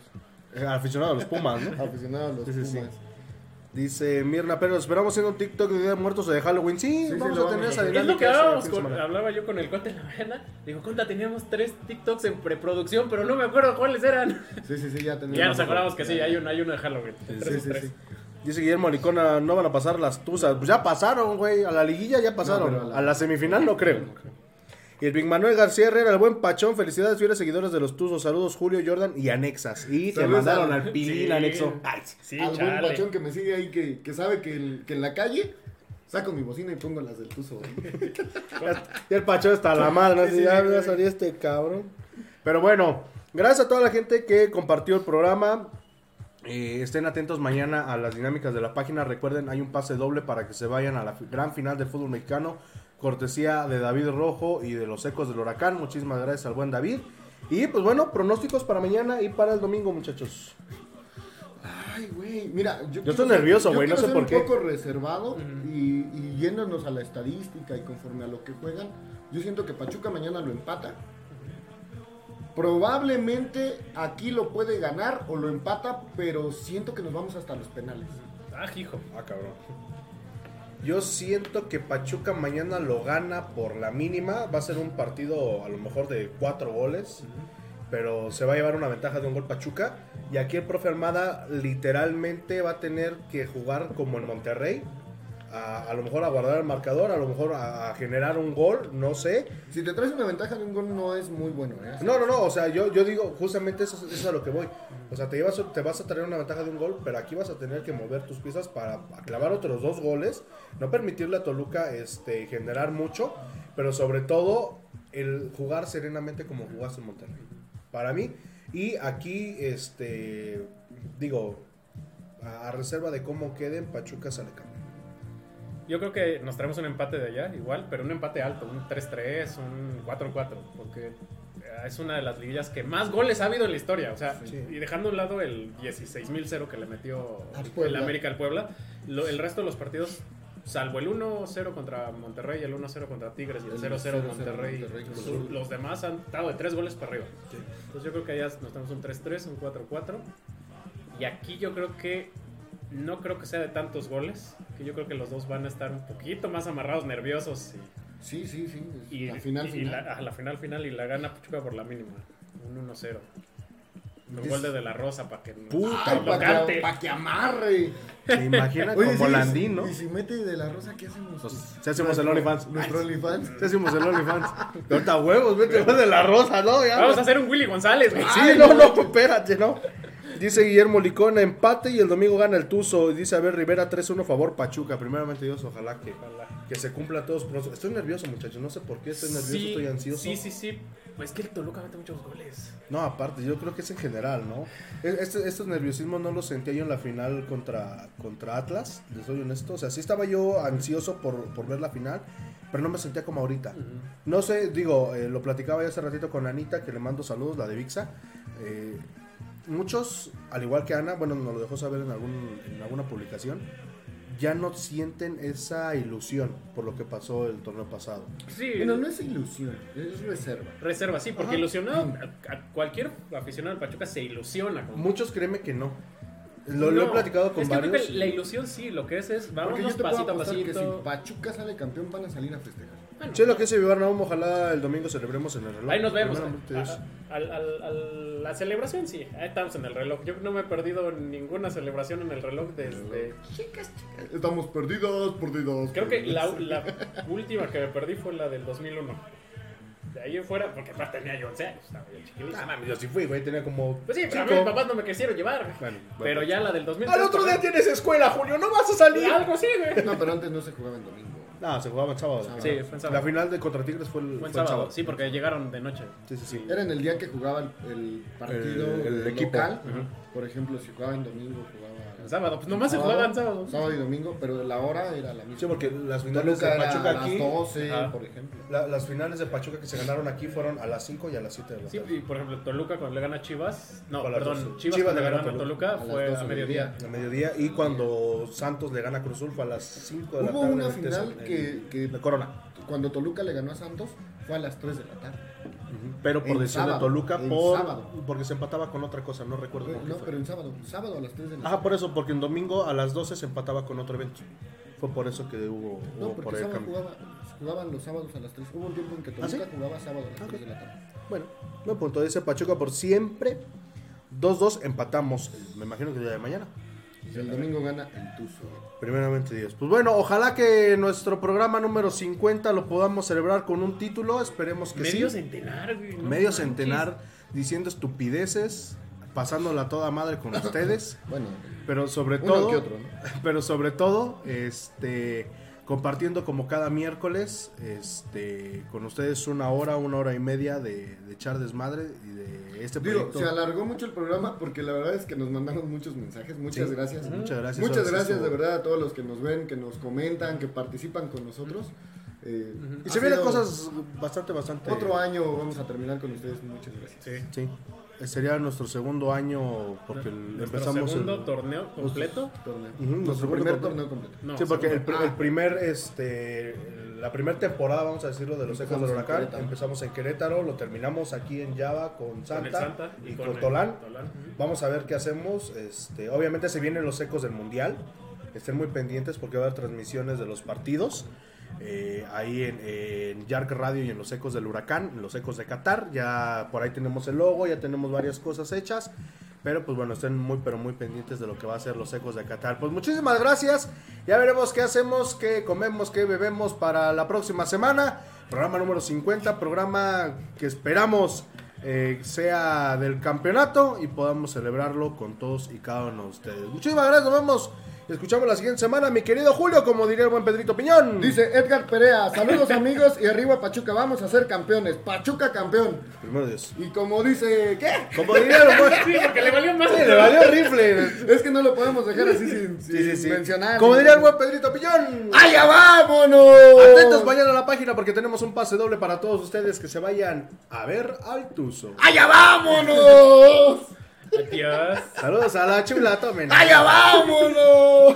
S1: Eh, Aficionado a los Pumas, ¿no?
S3: Aficionado a los
S1: Sí, sí, sí.
S3: Pumas.
S1: Dice Mirna, pero esperamos haciendo un TikTok de Día de Muertos o de Halloween. Sí,
S3: sí,
S1: vamos
S3: lo
S1: a tener
S3: vamos
S1: esa
S3: a hacer.
S2: Es lo que
S1: dinámica ese
S2: hablábamos
S1: fin de
S2: con-
S1: semana.
S2: hablaba yo con el cuate en la mañana. Digo, conta, teníamos tres TikToks en preproducción, pero no me acuerdo cuáles eran.
S3: Sí, sí, sí, ya tenemos.
S2: ya nos acordamos que sí, hay uno, hay uno de Halloween.
S3: Sí,
S2: Tres,
S3: sí,
S2: tres.
S3: sí.
S1: Dice Guillermo Licona, no van a pasar las tuzas. Pues ya pasaron, güey. A la liguilla ya pasaron.
S3: No, pero
S1: a,
S3: a
S1: la...
S3: la-
S1: semifinal no creo. Y el Big Manuel García Herrera, el buen Pachón, felicidades fieles seguidores de los Tuzos. Saludos Julio, Jordan y Anexas. Y te
S3: Saludos
S1: mandaron
S3: al-
S1: al pilín
S2: Sí.
S1: anexo. Ay,
S2: Sí,
S3: Algún
S2: chale.
S3: guachón que me sigue ahí que, que sabe que, el- que en la calle saco mi bocina y pongo las del tuzo.
S1: Y el Pachón está a la madre. ¿no? Así, ya ya salió este cabrón. Pero bueno, gracias a toda la gente que compartió el programa. Eh, estén atentos mañana a las dinámicas de la página. Recuerden, hay un pase doble para que se vayan a la fi- gran final del fútbol mexicano. cortesía de David Rojo y de los Ecos del Huracán. Muchísimas gracias al buen David. Y pues bueno, pronósticos para mañana y para el domingo, muchachos.
S3: Ay, güey, mira, yo,
S1: estoy nervioso,
S3: yo
S1: güey, no
S3: quiero
S1: sé
S3: ser
S1: por qué.
S3: un poco reservado y, y yéndonos a la estadística y conforme a lo que juegan, yo siento que Pachuca mañana lo empata. Probablemente aquí lo puede ganar o lo empata, pero siento que nos vamos hasta los penales.
S2: Ah, hijo.
S1: Ah, cabrón. Yo siento que Pachuca mañana lo gana por la mínima. Va a ser un partido a lo mejor de cuatro goles. Pero se va a llevar una ventaja de un gol Pachuca. Y aquí el profe Armada literalmente va a tener que jugar como en Monterrey. A, a lo mejor a guardar el marcador, a lo mejor a, a generar un gol, no sé.
S3: Si te traes una ventaja de un gol no es muy bueno, ¿eh?
S1: No, no, no, o sea, yo, yo digo, justamente eso, es- eso es a lo que voy. O sea, te, llevas, te vas a traer una ventaja de un gol, pero aquí vas a tener que mover tus piezas para clavar otros dos goles, no permitirle a Toluca este, generar mucho, pero sobre todo el jugar serenamente como jugaste en Monterrey. Para mí, y aquí, este, digo, a, a reserva de cómo queden, Pachuca sale campeón.
S2: Yo creo que nos traemos un empate de allá, igual, pero un empate alto, un 3-3, un 4-4, porque eh, es una de las liguillas que más goles ha habido en la historia. O sea,
S1: Sí.
S2: y dejando a un lado el 16.000-0 que le metió
S3: Al
S2: el
S3: Puebla.
S2: América al Puebla, lo- el resto de los partidos, salvo el 1-0 contra Monterrey, el 1-0 contra Tigres y el
S3: El
S2: 0-0 Monterrey,
S3: 0-0 Monterrey,
S2: los-
S3: Cruz Azul.
S2: los demás han estado de 3 goles para arriba. Entonces yo creo que allá nos tenemos un 3-3, un 4-4. Y aquí yo creo que no creo que sea de tantos goles, que yo creo que los dos van a estar un poquito más amarrados, nerviosos
S3: Sí, sí, sí.
S2: y, y-
S3: la final,
S2: y
S3: final.
S2: La, a la final final y la gana Pachuca por la mínima, un 1-0. Un
S1: Dices-
S2: gol de De La Rosa para que no-
S1: Puta,
S2: Ay,
S3: Ay,
S2: lo
S3: para
S2: cante.
S3: que, pa' que amarre.
S1: ¿Te imaginas
S3: Oye,
S1: con
S3: sí,
S1: Volandín, no?
S3: Y si mete de la rosa, ¿qué Pues, hacemos?
S1: Si hacemos el OnlyFans.
S3: Nuestro OnlyFans.
S1: Si hacemos el OnlyFans. Ahorita huevos, vete, güey, de la rosa, ¿no? Ya,
S2: Vamos a hacer un Willy González, güey.
S1: Sí, no, no, espérate, no. Dice Guillermo Licón, empate y el domingo gana el Tuzo. Y Dice, a ver, Rivera 3-1, favor, Pachuca. Primeramente Dios, ojalá que, que se cumpla todos los Estoy nervioso, muchachos, no sé por qué estoy nervioso,
S2: Sí,
S1: estoy ansioso.
S2: sí, sí, sí. Pues es que el Toluca mete muchos goles.
S1: No, aparte, yo creo que es en general, ¿no? Es- este- estos nerviosismos no los sentía yo en la final contra, contra Atlas, les soy honesto. O sea, sí estaba yo ansioso por, por ver la final, pero no me sentía como ahorita. No sé, digo, eh, lo platicaba yo hace ratito con Anita, que le mando saludos, la de Vixa. Eh, muchos, al igual que Ana, bueno, nos lo dejó saber en, algún, en alguna publicación, ya no sienten esa ilusión por lo que pasó el torneo pasado.
S2: Sí.
S3: Bueno, no es ilusión, es reserva.
S2: Reserva, sí, porque
S3: Ajá.
S2: ilusionado, a- a cualquier aficionado al Pachuca se ilusiona. Con...
S1: Muchos créeme que no. Lo, lo he
S2: No,
S1: platicado con
S2: es que yo creo
S1: varios.
S2: que la ilusión sí, lo que es es, vamos
S3: Porque yo te puedo
S2: pasito a
S3: apostar que si
S2: pasito.
S3: Pachuca sale campeón van a salir a festejar.
S2: Bueno,
S1: Sí, lo que dice Vivar Naum, ojalá el domingo celebremos en el reloj.
S2: ahí nos vemos.
S1: Primeramente
S2: A-
S1: Dios.
S2: a- al- al- al- la celebración sí, ahí estamos en el reloj. Yo no me he perdido ninguna celebración en el reloj desde...
S4: Chicas, chicas.
S3: Estamos perdidos, perdidos.
S2: Creo que la, la última que me perdí fue la del 2001. De ahí en fuera, porque aparte tenía yo 11 años, estaba yo chiquilito.
S1: Ah, mami, yo sí fui, güey, tenía como.
S2: Pues sí, pero a mí mis
S1: cinco.
S2: papás no me quisieron llevar. güey.
S1: Bueno, bueno.
S2: Pero ya la del 2003.
S1: Al otro día
S2: pues,
S1: tienes escuela, Julio, no vas a salir.
S2: Algo sí, güey.
S3: No, pero antes no se jugaba en domingo.
S1: No, se jugaba el sábado.
S2: Sí, fue en sábado.
S1: La final de contra Tigres fue el,
S2: Fue en
S1: fue el
S2: sábado. Sí, porque llegaron de noche.
S1: Sí, sí, sí.
S3: Era en el día que jugaba el, el partido
S1: El- el
S3: el,
S1: equipo.
S3: local. Por ejemplo, si jugaba en domingo, jugaba.
S2: El sábado. Pues nomás se jugaban sábado.
S3: Sábado y domingo, pero la hora era la misma.
S1: Sí, porque las finales de
S3: Toluca era
S1: Pachuca
S3: a las
S1: aquí.
S3: 12,
S2: Ajá.
S3: por ejemplo.
S1: la- las finales de Pachuca que se ganaron aquí fueron a las 5 y a las 7 de la
S2: Sí,
S1: tarde.
S2: y por ejemplo, Toluca cuando le gana a Chivas. No,
S1: Fue a las
S2: perdón.
S1: 12.
S2: Chivas,
S1: Chivas
S2: cuando
S1: le
S2: le
S1: ganó
S2: ganó a
S1: Toluca
S2: Toluca
S3: a las
S2: fue
S3: 12
S2: a
S3: del
S2: mediodía.
S3: día.
S1: A mediodía. Y cuando Santos le gana a Cruzul fue a las 5 de la
S3: Hubo
S1: tarde.
S3: una
S1: en el
S3: final
S1: Tesa-
S3: que, que
S1: en- De Corona.
S3: cuando Toluca le ganó a Santos fue a las 3 de la tarde.
S1: Pero por
S3: En
S1: decisión de
S3: sábado,
S1: Toluca,
S3: en
S1: por,
S3: sábado.
S1: porque se empataba con otra cosa, no recuerdo. con qué
S3: No,
S1: fue.
S3: pero en sábado. Sábado a las 3 de la tarde.
S1: Ajá, por eso, porque en domingo a las 12 se empataba con otro evento. Fue por eso que hubo,
S3: No,
S1: hubo por
S3: porque
S1: ahí el
S3: sábado
S1: cambio.
S3: jugaba, jugaban los sábados a las 3. Hubo un tiempo en que Toluca
S1: ¿Ah, sí?
S3: jugaba sábado a las 3
S1: Ok.
S3: de la tarde.
S1: Bueno, no, pues entonces dice Pachuca por siempre. 2-2 empatamos, me imagino que el día de mañana.
S3: Y el domingo gana el Tuzo.
S1: Primeramente Dios. Pues bueno, ojalá que nuestro programa número 50 lo podamos celebrar con un título. Esperemos que
S2: Medio
S1: sí.
S2: centenar, güey. no
S1: Medio
S2: manches.
S1: centenar diciendo estupideces, pasándola a toda madre con ustedes.
S3: Bueno,
S1: Pero sobre
S3: Uno
S1: todo,
S3: que otro, ¿no?
S1: pero sobre todo, este, compartiendo como cada miércoles, este, con ustedes una hora, una hora y media de, de echar desmadre y de este
S3: digo,
S1: proyecto.
S3: se alargó mucho el programa porque la verdad es que nos mandaron muchos mensajes. Muchas
S1: Sí,
S3: gracias.
S1: muchas gracias.
S3: Muchas
S1: Ahora sí
S3: gracias de
S1: estuvo-
S3: verdad a todos los que nos ven, que nos comentan, que participan con nosotros. Eh,
S1: Y
S3: ha
S1: se vienen
S3: sido
S1: cosas bastante, bastante.
S3: Otro año vamos a terminar con ustedes. Muchas gracias.
S2: Sí.
S1: Sí. Eh, Sería nuestro segundo año porque el-
S2: Nuestro
S1: empezamos.
S2: segundo
S1: el-
S2: torneo completo.
S3: Torneo.
S1: Ujú, nuestro
S3: Nuestro primer
S1: segundo
S3: torneo completo.
S2: No,
S1: sí, porque el,
S2: segundo. Ah.
S1: pr- el primer, este, la primera temporada, vamos a decirlo, de los Ecos
S3: Empezamos
S1: del
S3: en
S1: Huracán,
S3: Querétaro.
S1: empezamos en Querétaro, lo terminamos aquí en Java con
S2: Con el
S1: Santa,
S2: Santa
S1: y,
S2: con
S1: con,
S2: el
S1: Tolán.
S2: Tolán. Ujú.
S1: Vamos a ver qué hacemos. Este, obviamente se vienen los ecos del mundial. Estén muy pendientes porque va a haber transmisiones de los partidos. eh, ahí en, en Yark Radio y en los ecos del huracán, en los ecos de Qatar. Ya por ahí tenemos el logo, ya tenemos varias cosas hechas. Pero pues bueno, estén muy pero muy pendientes de lo que va a ser los ecos de Qatar. Pues muchísimas gracias. Ya veremos qué hacemos, qué comemos, qué bebemos para la próxima semana. Programa número 50, programa que esperamos eh, sea del campeonato y podamos celebrarlo con todos y cada uno de ustedes. Muchísimas gracias, nos vemos. Escuchamos la siguiente semana, mi querido Julio, como diría el buen Pedrito Piñón.
S3: Dice Edgar Perea, saludos amigos y arriba Pachuca, vamos a ser campeones. Pachuca campeón.
S1: Primero Dios.
S3: Y como dice, ¿qué?
S1: Como diría el buen-
S2: Sí, porque le valió más.
S1: Le valió rifle.
S3: Es que no lo podemos dejar así sin,
S1: Sí, sí,
S3: sin
S1: sí.
S3: mencionar. Ah.
S1: Como diría el buen Pedrito Piñón.
S3: ¡Allá vámonos!
S1: Atentos, vayan a la página porque tenemos un pase doble para todos ustedes que se vayan a ver al Tuzo.
S3: ¡Allá vámonos!
S2: Adiós.
S1: Saludos a la chula, tomen.
S3: ¡Allá vámonos!